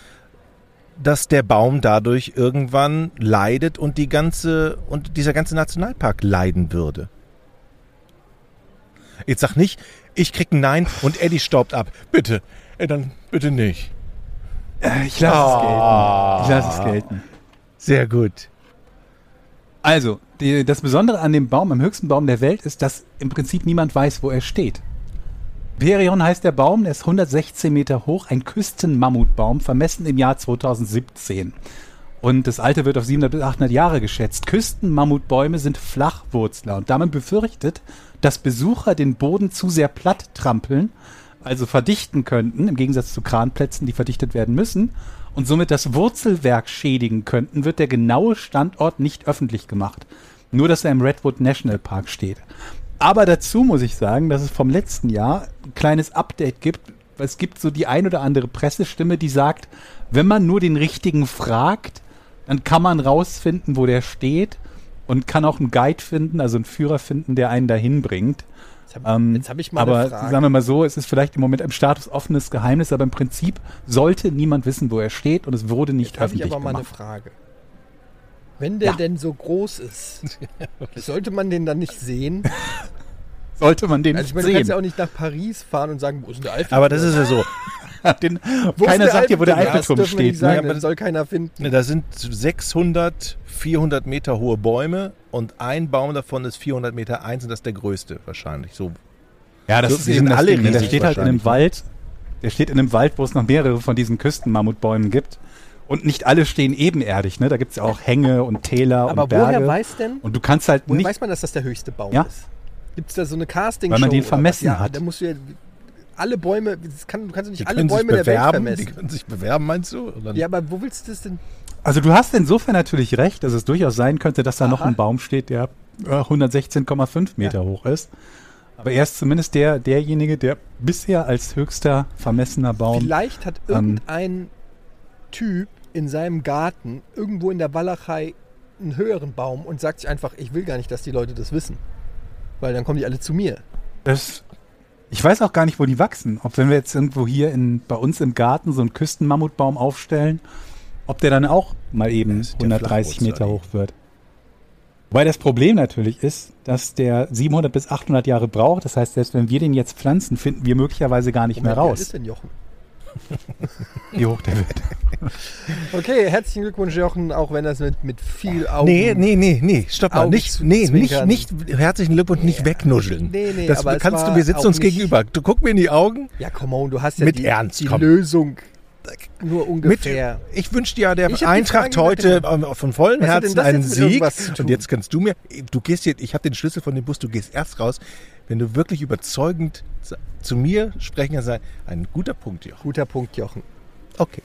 dass der Baum dadurch irgendwann leidet und die ganze und dieser ganze Nationalpark leiden würde. Jetzt sag nicht, ich krieg ein Nein und Eddie staubt ab. Bitte, ey, dann bitte nicht.
Äh, Ich lasse
Ah.
es gelten. Ich lasse es gelten.
Sehr gut.
Also, die, das Besondere an dem Baum, am höchsten Baum der Welt, ist, dass im Prinzip niemand weiß, wo er steht. Perion heißt der Baum, der ist 116 Meter hoch, ein Küstenmammutbaum, vermessen im Jahr 2017. Und das Alter wird auf 700 bis 800 Jahre geschätzt. Küstenmammutbäume sind Flachwurzler und damit befürchtet, dass Besucher den Boden zu sehr platt trampeln, also verdichten könnten, im Gegensatz zu Kranplätzen, die verdichtet werden müssen, und somit das Wurzelwerk schädigen könnten, wird der genaue Standort nicht öffentlich gemacht. Nur, dass er im Redwood National Park steht. Aber dazu muss ich sagen, dass es vom letzten Jahr ein kleines Update gibt. Es gibt so die ein oder andere Pressestimme, die sagt, wenn man nur den richtigen fragt, dann kann man rausfinden, wo der steht und kann auch einen Guide finden, also einen Führer finden, der einen dahin bringt.
Jetzt habe
Ähm,
hab ich mal
aber
eine Frage.
sagen wir mal so, es ist vielleicht im Moment im Status offenes Geheimnis, aber im Prinzip sollte niemand wissen, wo er steht und es wurde nicht
Jetzt habe ich
öffentlich
aber mal eine
gemacht.
Frage. Wenn der
Ja.
denn so groß ist, sollte man den dann nicht sehen?
Sollte man den
Also ich meine, du
sehen?
kannst ja auch nicht nach Paris fahren und sagen, wo ist denn der Eiffelturm?
Aber das ist ja so.
den,
Wo ist
keiner
der
sagt dir, wo der
Ja, das
Eiffelturm
dürfen wir nicht
steht.
Sagen,
Ne?
aber
das
das-
soll keiner finden.
Da sind 600, 400 Meter hohe Bäume und ein Baum davon ist 400 Meter eins und das ist der größte wahrscheinlich. So.
Ja, das
So,
ist
die
eben
sind
das
alle
Ding. ne? Der
riesig
steht halt in einem
wahrscheinlich,
Wald. Der steht in einem Wald, wo es noch mehrere von diesen Küstenmammutbäumen gibt. Und nicht alle stehen ebenerdig. Ne? Da gibt es ja auch Hänge und Täler
Aber
und Berge.
woher weiß denn,
und du kannst halt
woher
nicht.
weiß man, dass das der höchste Baum
Ja.
ist? Gibt es da so eine casting
Weil man den vermessen hat.
Da musst du ja alle Bäume, das kann, du kannst doch nicht
Die
alle
können sich
Bäume der Welt
bewerben. Die
vermessen.
können sich bewerben, meinst du? Und dann-
Ja, aber wo willst du das denn?
Also du hast insofern natürlich recht, dass es durchaus sein könnte, dass da noch
Aha.
ein Baum steht, der äh, 116,5 Meter hoch ist. Aber er ist zumindest der, derjenige, der bisher als höchster vermessener Baum.
Vielleicht hat
ähm,
irgendein Typ in seinem Garten irgendwo in der Walachei einen höheren Baum und sagt sich einfach, ich will gar nicht, dass die Leute das wissen. Weil dann kommen die alle zu mir.
Das, ich weiß auch gar nicht, wo die wachsen. Ob wenn wir jetzt irgendwo hier in, bei uns im Garten so einen Küstenmammutbaum aufstellen, ob der dann auch mal eben
ist der
130
Flachwurzler,
Meter hoch wird. Weil das Problem natürlich ist, dass der 700 bis 800 Jahre braucht. Das heißt, selbst wenn wir den jetzt pflanzen, finden wir möglicherweise gar
Oh
nicht mehr
wie alt ist
raus,
denn Jochen?
wie hoch der wird.
Okay, herzlichen Glückwunsch, Jochen, auch wenn das mit, mit viel Augen...
Nee, nee, nee, nee, stopp mal.
Augen
Nicht,
zu
nee, nicht,
zwinkern.
nicht, herzlichen Glückwunsch, nicht wegnuscheln.
Nee, nee,
das
aber es
kannst du,
war
wir sitzen
auch
uns
nicht-
gegenüber. Du guck mir in die Augen.
Ja, come on, du hast ja
Mit
die,
Ernst,
die
komm.
Lösung nur ungefähr.
Mit, ich wünsche dir ja der
Ich hab die
Eintracht
Frage
heute
mit
ähm, von vollem
Was hat denn
Herzen
das
einen
jetzt mit
Sieg.
irgendwas zu tun?
Und jetzt kannst du mir, du gehst jetzt, ich habe den Schlüssel von dem Bus, du gehst erst raus, wenn du wirklich überzeugend sa- zu mir sprechen kannst, sagen, ein guter Punkt, Jochen.
Guter Punkt, Jochen.
Okay.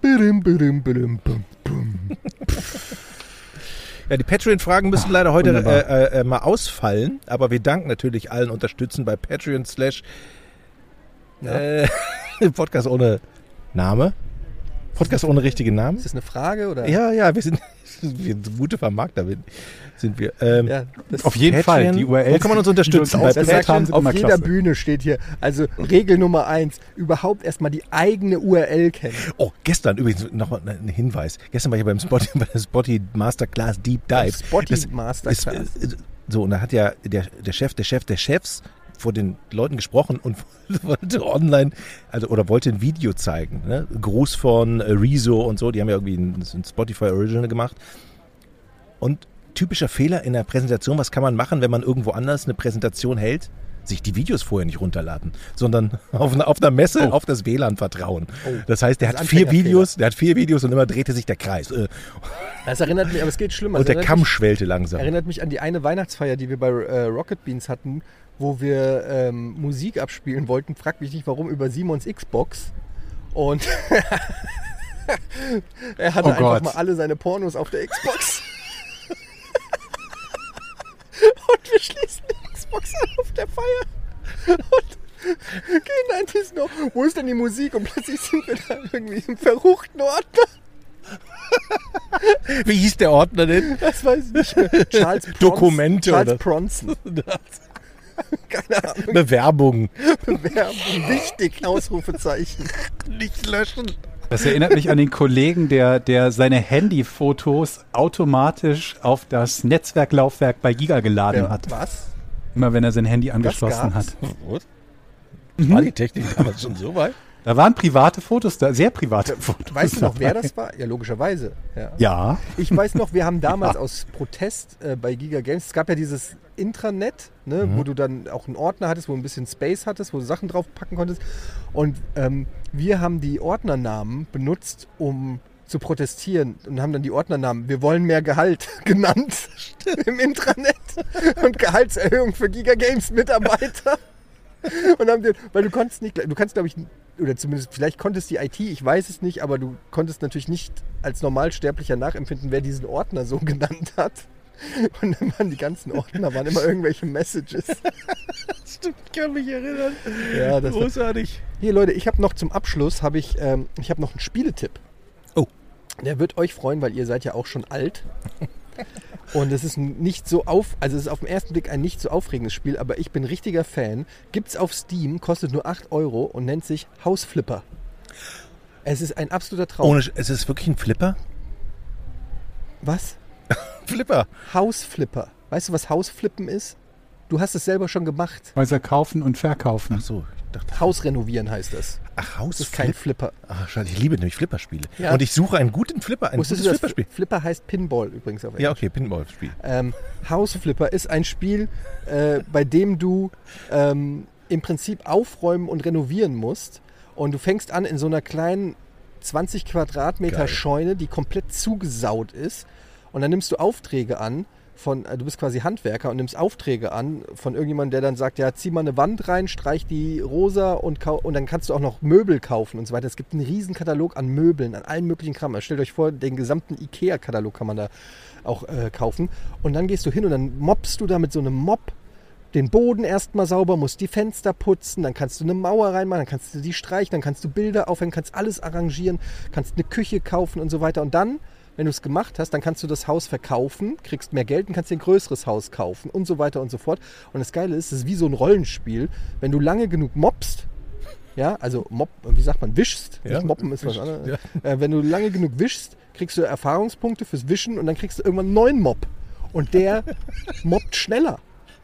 Bidim, bidim, bidim, bum, bum.
Ja, die Patreon-Fragen müssen leider heute
wunderbar.
äh, äh, äh, mal ausfallen, aber wir danken natürlich allen Unterstützern bei Patreon slash äh, Podcast ohne Name. Podcast ohne richtigen Namen.
Ist das eine Frage? Oder?
Ja, ja, wir sind, wir sind gute Vermarkter wir- sind wir. Ähm,
Ja, das,
Auf jeden
Patreon.
Fall. Die
Wo
URL.
kann man uns unterstützen? Bei
das
Ausgesagt
sagt
haben
man
sie
auf
immer
jeder
klasse.
Bühne steht hier. Also Regel Nummer eins, überhaupt erstmal die eigene URL kennen.
Oh, gestern übrigens noch mal ein Hinweis. Gestern war ich ja beim Spotty, bei der Spotty Masterclass Deep Dive.
Spotty
Das
Masterclass.
ist, äh, so, und da hat ja der, der Chef, der Chef der Chefs vor den Leuten gesprochen und wollte online, also oder wollte ein Video zeigen. Ne? Gruß von äh, Rezo und so, die haben ja irgendwie ein, ein Spotify Original gemacht. Und typischer Fehler in der Präsentation, was kann man machen, wenn man irgendwo anders eine Präsentation hält? Sich die Videos vorher nicht runterladen, sondern auf einer, auf einer Messe auf das WLAN vertrauen. das heißt, der
Oh. das
hat
ist
vier
Anfängerfehler.
Videos, der hat vier Videos und immer drehte sich der Kreis. Äh,
Das erinnert mich, aber es geht schlimmer.
Und
Das
der
erinnert
Kamm
mich,
schwellte langsam.
Äh, erinnert mich an die eine Weihnachtsfeier, die wir bei äh, Rocket Beans hatten, wo wir ähm, Musik abspielen wollten. Frag mich nicht warum, über Simons Xbox. Und er hatte
Oh
einfach
Gott.
mal alle seine Pornos auf der Xbox. Und wir schließen die Xbox an auf der Feier. Und gehen dann diesen, Ort, wo ist denn die Musik? Und plötzlich sind wir da irgendwie im verruchten Ordner.
Wie hieß der Ordner denn?
Das weiß ich nicht mehr. Charles Prons-
Dokumente
Charles
oder-
Bronson. Keine Ahnung.
Bewerbung.
Werbung. Wichtig. Ausrufezeichen.
Nicht löschen.
Das erinnert mich an den Kollegen, der, der seine Handyfotos automatisch auf das Netzwerklaufwerk bei Giga geladen hat.
Was?
Immer wenn er sein Handy angeschlossen
gab's?
hat.
Mhm. War die Technik damals schon so weit?
Da waren private Fotos da, sehr private Fotos.
Weißt du noch, wer
dabei.
das war? Ja, logischerweise. Ja.
Ja.
Ich weiß noch, wir haben damals
Ja.
aus Protest äh, bei Giga Games, es gab ja dieses Intranet, ne, wo du dann auch einen Ordner hattest, wo du ein bisschen Space hattest, wo du Sachen draufpacken konntest. Und ähm, wir haben die Ordnernamen benutzt, um zu protestieren und haben dann die Ordnernamen Wir wollen mehr Gehalt genannt im Intranet und Gehaltserhöhung für Giga Games Mitarbeiter. Und haben den, weil du konntest nicht, du kannst glaube ich, oder zumindest vielleicht konntest die IT, ich weiß es nicht, aber du konntest natürlich nicht als Normalsterblicher nachempfinden, wer diesen Ordner so genannt hat. Und dann waren die ganzen Ordner, waren immer irgendwelche Messages.
Stimmt, ich kann mich erinnern.
Ja, das war,
Großartig.
hier Leute, ich habe noch zum Abschluss, habe ich, ähm, ich habe noch einen Spieletipp.
Oh.
Der wird euch freuen, weil ihr seid ja auch schon alt. Und es ist ein nicht so auf, also es ist auf den ersten Blick ein nicht so aufregendes Spiel, aber ich bin richtiger Fan. Gibt's auf Steam, kostet nur 8 Euro und nennt sich Hausflipper. Es ist ein absoluter Traum.
Ohne, Sch- es ist wirklich ein Flipper?
was?
Flipper.
Hausflipper. Weißt du, was Hausflippen ist? Du hast es selber schon gemacht.
Häuser kaufen und verkaufen.
Ach so, ich dachte,
Haus renovieren heißt das.
ach,
Das ist kein
Hausflip.
Flipper.
Ach, schade, ich liebe nämlich Flipperspiele.
Ja.
Und ich suche einen guten Flipper, ein
Wusstest
gutes
du das?
Flipperspiel.
Flipper heißt Pinball übrigens auf Englisch.
Ja, okay, Pinball-Spiel.
Ähm, Hausflipper ist ein Spiel, äh, bei dem du ähm, im Prinzip aufräumen und renovieren musst. Und du fängst an in so einer kleinen 20 Quadratmeter
Geil.
Scheune, die komplett zugesaut ist. Und dann nimmst du Aufträge an. Von, äh, du bist quasi Handwerker und nimmst Aufträge an von irgendjemandem, der dann sagt, ja, zieh mal eine Wand rein, streich die rosa und, kau- und dann kannst du auch noch Möbel kaufen und so weiter. Es gibt einen riesen Katalog an Möbeln, an allen möglichen Kram. Also Stellt euch vor, den gesamten Ikea-Katalog kann man da auch äh, kaufen. Und dann gehst du hin und dann mobst du da mit so einem Mob den Boden erstmal sauber, musst die Fenster putzen, dann kannst du eine Mauer reinmachen, dann kannst du die streichen, dann kannst du Bilder aufhängen, kannst alles arrangieren, kannst eine Küche kaufen und so weiter. Und dann, wenn du es gemacht hast, dann kannst du das Haus verkaufen, kriegst mehr Geld und kannst dir ein größeres Haus kaufen und so weiter und so fort. Und das Geile ist, es ist wie so ein Rollenspiel. Wenn du lange genug mobst, ja, also Mob, wie sagt man, wischst.
Ja,
nicht moppen ist
wischt,
was anderes. Äh, wenn du lange genug wischst, kriegst du Erfahrungspunkte fürs Wischen und dann kriegst du irgendwann einen neuen Mob. Und der mobbt schneller.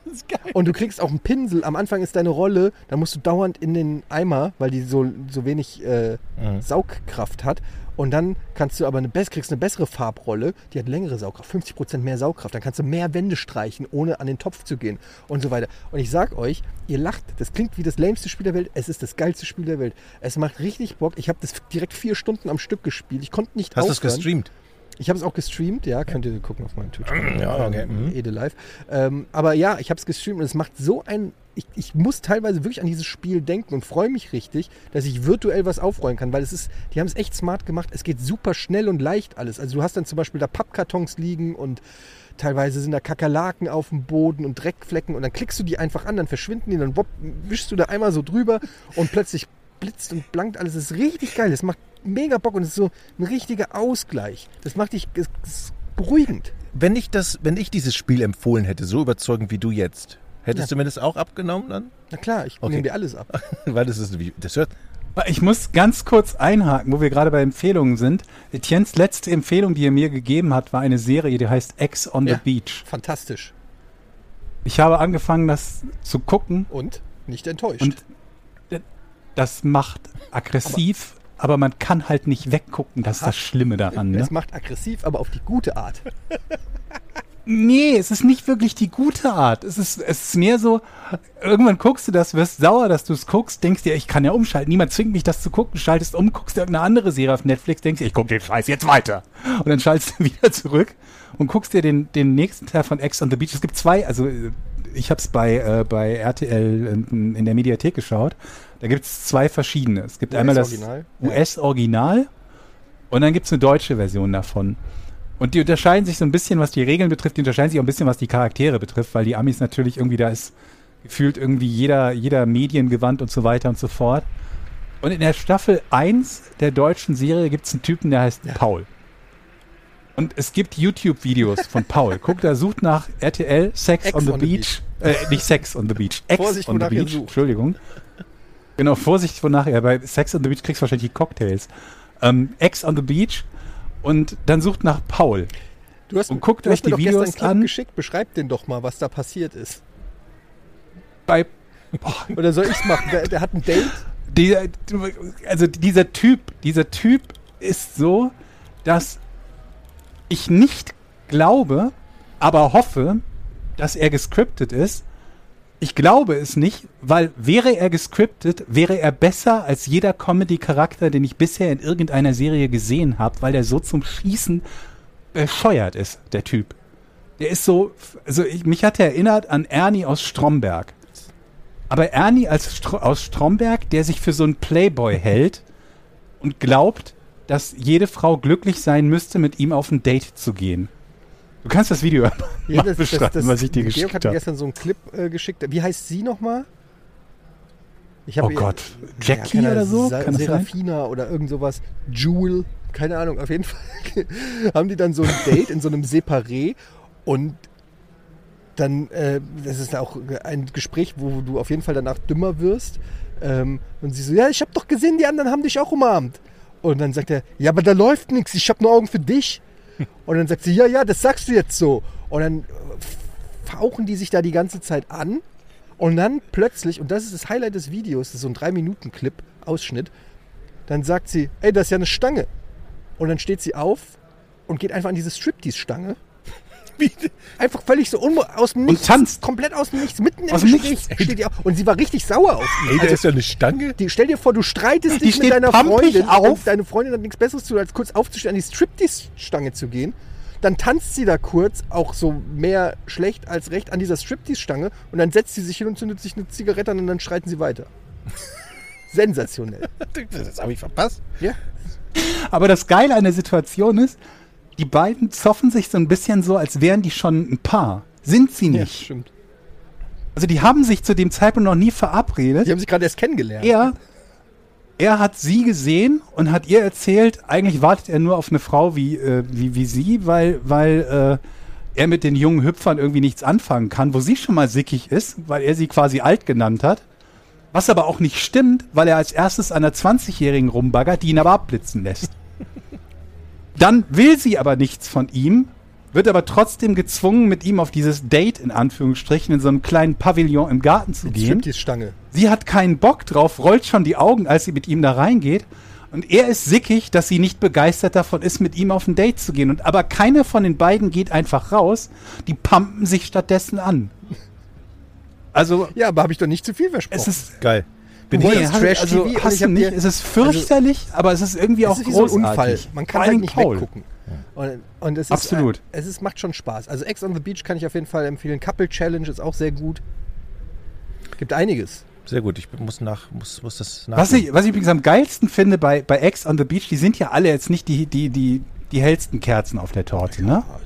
Das ist geil.
Und du kriegst auch einen Pinsel. Am Anfang ist deine Rolle, da musst du dauernd in den Eimer, weil die so, so wenig äh, Saugkraft hat. Und dann kannst du aber eine, bess- kriegst eine bessere Farbrolle, die hat längere Saugkraft, 50% mehr Saugkraft. Dann kannst du mehr Wände streichen, ohne an den Topf zu gehen und so weiter. Und ich sag euch, ihr lacht, das klingt wie das lämste Spiel der Welt, es ist das geilste Spiel der Welt. Es macht richtig Bock. Ich habe das direkt vier Stunden am Stück gespielt. Ich konnte nicht
Hast du
aufhören.
es gestreamt?
Ich habe es auch gestreamt, ja, könnt ihr gucken auf meinem Twitch.
Ja, okay, mhm.
Ede Live. Ähm, aber ja, ich habe es gestreamt und es macht so ein. Ich, ich muss teilweise wirklich an dieses Spiel denken und freue mich richtig, dass ich virtuell was aufräumen kann, weil es ist, die haben es echt smart gemacht. Es geht super schnell und leicht alles. Also du hast dann zum Beispiel da Pappkartons liegen und teilweise sind da Kakerlaken auf dem Boden und Dreckflecken und dann klickst du die einfach an, dann verschwinden die, dann wop, wischst du da einmal so drüber und plötzlich blitzt und blankt alles. Das ist richtig geil. Das macht mega Bock und es ist so ein richtiger Ausgleich. Das macht dich das ist beruhigend.
Wenn ich, das, wenn ich dieses Spiel empfohlen hätte, so überzeugend wie du jetzt, hättest du mir das auch abgenommen dann?
Na klar, ich
Okay.
nehme dir alles ab.
Weil das ist, wie- das hört,
Ich muss ganz kurz einhaken, wo wir gerade bei Empfehlungen sind. Etiennes letzte Empfehlung, die er mir gegeben hat, war eine Serie, die heißt Ex on
Ja.
the Beach.
Fantastisch.
Ich habe angefangen, das zu gucken
Und nicht enttäuscht.
und das macht aggressiv, aber, man kann halt nicht weggucken. Das ist das Schlimme daran. Ne?
es macht aggressiv, aber auf die gute Art.
Nee, es ist nicht wirklich die gute Art. Es ist, es ist mehr so, irgendwann guckst du das, wirst sauer, dass du es guckst, denkst dir, ich kann ja umschalten. Niemand zwingt mich, das zu gucken. Schaltest um, guckst dir irgendeine andere Serie auf Netflix, denkst dir, ich guck den Scheiß jetzt weiter. Und dann schaltest du wieder zurück und guckst dir den, den nächsten Teil von Ex on the Beach. Es gibt zwei, also äh, ich hab's bei, äh, bei RTL ähm, in, in der Mediathek geschaut. Da gibt's zwei verschiedene. Es gibt einmal das
US-Original?
US-Original und dann gibt's eine deutsche Version davon. Und die unterscheiden sich so ein bisschen, was die Regeln betrifft, die unterscheiden sich auch ein bisschen, was die Charaktere betrifft, weil die Amis natürlich irgendwie, da ist gefühlt irgendwie jeder, jeder mediengewandt und so weiter und so fort. Und in der Staffel 1 der deutschen Serie gibt es einen Typen, der heißt Paul. Und es gibt YouTube-Videos von Paul. Guckt da, sucht nach RTL Sex
Ex
on the
on the
Beach. Äh, nicht Sex on the Beach. Ex
Vorsicht,
on the
wonach ihr
Beach.
sucht.
Entschuldigung. Genau, Vorsicht, wonach ihr. Bei Sex on the Beach kriegst du wahrscheinlich die Cocktails. Ähm, Ex on the Beach. Und dann sucht nach Paul.
Du hast,
Und guckt
du hast
euch die
mir doch
Videos
gestern einen Clip
an.
geschickt. Beschreibt den doch mal, was da passiert ist.
Bei. Boah,
Oder soll ich machen? Der, der hat ein Date
Dieser, also dieser Typ, dieser Typ ist so, dass ich nicht glaube, aber hoffe, dass er gescriptet ist. Ich glaube es nicht, weil wäre er gescriptet, wäre er besser als jeder Comedy-Charakter, den ich bisher in irgendeiner Serie gesehen habe, weil der so zum Schießen bescheuert ist, der Typ. Der ist so, also ich, mich hat er erinnert an Ernie aus Stromberg. Aber Ernie als Stro aus Stromberg, der sich für so einen Playboy hält und glaubt, dass jede Frau glücklich sein müsste, mit ihm auf ein Date zu gehen. Du kannst das Video
Ja,
mal beschreiben, was ich dir
Georg
geschickt
hat mir
habe.
gestern so einen Clip äh, geschickt. Wie heißt sie nochmal? Ich hab
Oh
ihr-
Gott,
Ja,
Jackie
keine Ahnung,
oder so?
Sa-
Kann das sein?
Serafina oder irgend sowas. Jewel, keine Ahnung. Auf jeden Fall haben die dann so ein Date in so einem Separé und dann, äh, das ist auch ein Gespräch, wo du auf jeden Fall danach dümmer wirst. Ähm, und sie so, ja, ich habe doch gesehen, die anderen haben dich auch umarmt. Und dann sagt er, ja, aber da läuft nichts, ich habe nur Augen für dich. Und dann sagt sie, ja, ja, das sagst du jetzt so. Und dann äh, fauchen die sich da die ganze Zeit an. Und dann plötzlich, und das ist das Highlight des Videos, das ist so ein 3-Minuten-Clip, Ausschnitt, dann sagt sie, ey, das ist ja eine Stange. Und dann steht sie auf und geht einfach an diese Striptease-Stange. Einfach völlig so unmo- aus dem Nichts.
tanzt.
Komplett aus dem Nichts, mitten im
Aus dem
Gespräch
Nichts.
steht die auf. Und sie war richtig sauer auf ihn.
Ey, da ist ja eine Stange.
Die, stell dir vor, du streitest dich mit
steht
deiner
pampig
Freundin
auf.
und deine Freundin hat nichts Besseres zu tun, als kurz aufzustehen, an die Striptease-Stange zu gehen. Dann tanzt sie da kurz, auch so mehr schlecht als recht, an dieser Striptease-Stange und dann setzt sie sich hin und zündet sich eine Zigarette an und dann schreiten sie weiter. Sensationell.
Das habe ich verpasst.
Ja?
Aber das Geile an der Situation ist, die beiden zoffen sich so ein bisschen so, als wären die schon ein Paar. Sind sie
ja,
nicht.
stimmt.
Also die haben sich zu dem Zeitpunkt noch nie verabredet.
Die haben sich gerade erst kennengelernt.
Er, er hat sie gesehen und hat ihr erzählt, eigentlich wartet er nur auf eine Frau wie, äh, wie, wie sie, weil, weil äh, er mit den jungen Hüpfern irgendwie nichts anfangen kann, wo sie schon mal sickig ist, weil er sie quasi alt genannt hat. Was aber auch nicht stimmt, weil er als erstes an einer 20-Jährigen rumbaggert, die ihn aber abblitzen lässt. Dann will sie aber nichts von ihm, wird aber trotzdem gezwungen, mit ihm auf dieses Date in Anführungsstrichen in so einem kleinen Pavillon im Garten zu
Die
gehen.
Striptease-Stange.
Sie hat keinen Bock drauf, rollt schon die Augen, als sie mit ihm da reingeht. Und er ist sickig, dass sie nicht begeistert davon ist, mit ihm auf ein Date zu gehen. Und aber keiner von den beiden geht einfach raus. Die pumpen sich stattdessen an. Also,
Ja, aber habe ich doch nicht zu viel versprochen.
es ist.
Geil. Bin
Du
ich
wolltest-
das?
hast- Trash-TV
also,
und ich
hast du
hab
nicht.
dir-
Es ist fürchterlich, aber es ist irgendwie auch
es ist wie so ein
großartig.
Unfall. Man kann
Vor
halt
allem
nicht weggucken. Und, und es ist,
Absolut.
Äh, es ist, macht schon Spaß. Also Ex on the Beach kann ich auf jeden Fall empfehlen. Couple Challenge ist auch sehr gut. Gibt einiges.
Sehr gut, ich muss, nach, muss, muss das nach.
Was ich, was ich übrigens am geilsten finde bei, bei Ex on the Beach, die sind ja alle jetzt nicht die, die, die, die hellsten Kerzen auf der Torte, ne?
Also weiß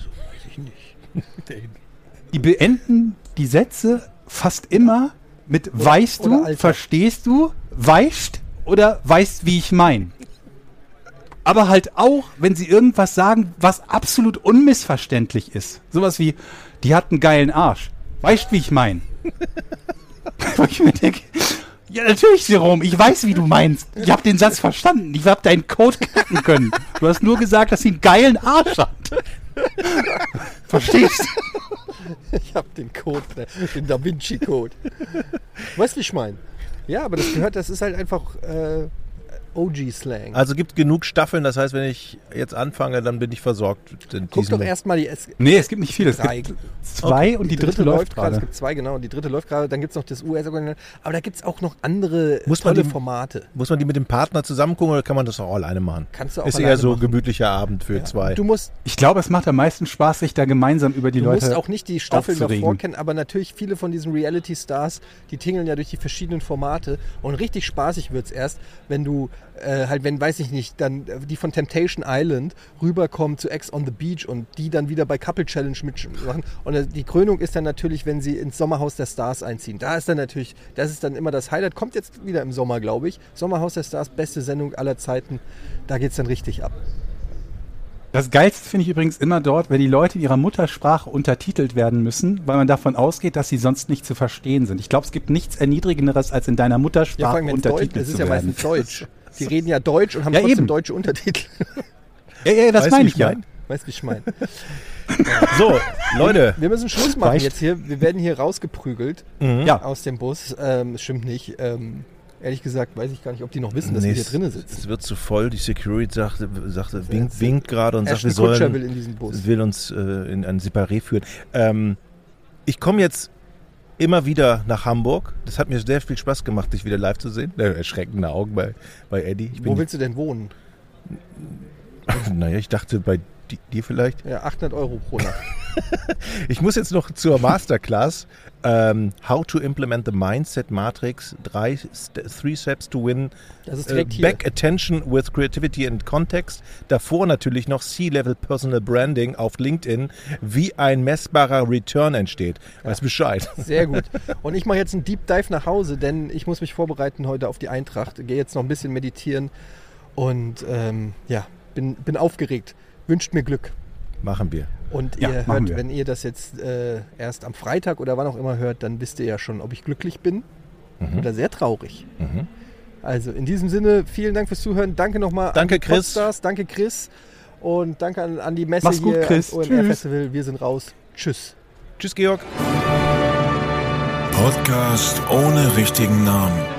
ich nicht.
die beenden die Sätze fast immer mit weißt
oder
du,
Alter.
verstehst du, weißt oder weißt, wie ich mein. Aber halt auch, wenn sie irgendwas sagen, was absolut unmissverständlich ist. Sowas wie, die hat einen geilen Arsch. Weißt, wie ich mein. Wo ich mir denke, ja, natürlich, Jerome, ich weiß, wie du meinst. Ich habe den Satz verstanden. Ich habe deinen Code knacken können. Du hast nur gesagt, dass sie einen geilen Arsch hat. Verstehst du?
Ich habe den Code, ne? den Da Vinci Code. weißt du, wie ich meine? Ja, aber das gehört, das ist halt einfach äh, OG Slang.
also gibt genug Staffeln, das heißt, wenn ich jetzt anfange, dann bin ich versorgt. In
Guck
diesem-
doch erstmal die es
Nee, es gibt nicht viele. Es
Drei.
gibt zwei und die, dritte, läuft
Es
gerade.
gibt zwei, genau. Die dritte läuft gerade. Dann gibt es noch das us Aber da gibt es auch noch andere
Muss man
tolle
die-
Formate.
Muss man die mit dem Partner zusammen gucken oder kann man das auch alleine machen?
Kannst du auch
Ist
alleine
eher so
machen.
gemütlicher Abend für zwei.
Du musst
Ich glaube, es macht am meisten Spaß, sich da gemeinsam über die
Du
Leute.
musst auch nicht die Staffeln
aufzuregen.
davor kennen, aber natürlich viele von diesen Reality-Stars, die tingeln ja durch die verschiedenen Formate und richtig spaßig wird's erst, wenn du äh, halt, wenn, weiß ich nicht, dann äh, die von Temptation Island rüberkommen zu Ex on the Beach und die dann wieder bei Couple Challenge mitmachen. Und äh, die Krönung ist dann natürlich, wenn sie ins Sommerhaus der Stars einziehen. Da ist dann natürlich, das ist dann immer das Highlight. Kommt jetzt wieder im Sommer, glaube ich. Sommerhaus der Stars, beste Sendung aller Zeiten. Da geht's dann richtig ab.
das Geilste finde ich übrigens immer dort, wenn die Leute in ihrer Muttersprache untertitelt werden müssen, weil man davon ausgeht, dass sie sonst nicht zu verstehen sind. Ich glaube, es gibt nichts Erniedrigenderes, als in deiner
Ja, vor
Muttersprache
allem wenn Deutsch,
untertitelt
das ist
zu
ja
werden.
meistens Deutsch. Die reden ja Deutsch und haben
Ja,
trotzdem
eben.
deutsche Untertitel.
Ja, ja, das
Weißt du,
meine
wie
ich
ich
ja.
mein?
Weißt du, wie ich meine?
So, Leute,
Wir müssen Schluss machen
Reicht.
Ah.
jetzt hier. Wir werden hier rausgeprügelt
Ja,
aus dem Bus. Ähm, es stimmt nicht. Ähm, Ehrlich gesagt weiß ich gar nicht, ob die noch wissen, dass wir hier
es-
drinnen sitzen.
Es wird zu voll. Die Security sagte, sagte winkt,
jetzt-
winkt gerade und sagt,
Ashton
wir
Kutscher will
sollen
in diesen Bus.
will uns äh, in ein Separé führen. Ähm, ich komme jetzt immer wieder nach Hamburg. Das hat mir sehr viel Spaß gemacht, dich wieder live zu sehen. Äh, Erschreckende Augen bei, bei Eddie. Ich
Wo
bin,
willst du denn wohnen?
naja, ich dachte bei di- dir vielleicht.
Ja, 800 Euro pro Nacht.
Ich muss jetzt noch zur Masterclass. ähm, How to implement the Mindset Matrix. Drei, st three Steps to Win.
Das ist
Äh,
direkt hier.
back Attention with Creativity and Context. Davor natürlich noch C-Level Personal Branding auf LinkedIn. Wie ein messbarer Return entsteht. Weiß Bescheid.
Sehr gut. Und ich mache jetzt einen Deep Dive nach Hause, denn ich muss mich vorbereiten heute auf die Eintracht. Gehe jetzt noch ein bisschen meditieren und ähm, ja, bin, bin aufgeregt. Wünscht mir Glück.
Machen wir.
Und
Ja,
ihr
machen
hört,
wir.
wenn ihr das jetzt äh, erst am Freitag oder wann auch immer hört, dann wisst ihr ja schon, ob ich glücklich bin
Mhm.
oder sehr traurig. Also in diesem Sinne, vielen Dank fürs Zuhören. Danke nochmal
Danke,
an die
Chris.
Podstars, danke Chris. Und danke an, an die Messe
Mach's gut,
hier
Chris.
ans OMR
Tschüss.
Festival. Wir sind raus. Tschüss.
Tschüss, Georg.
Podcast ohne richtigen Namen.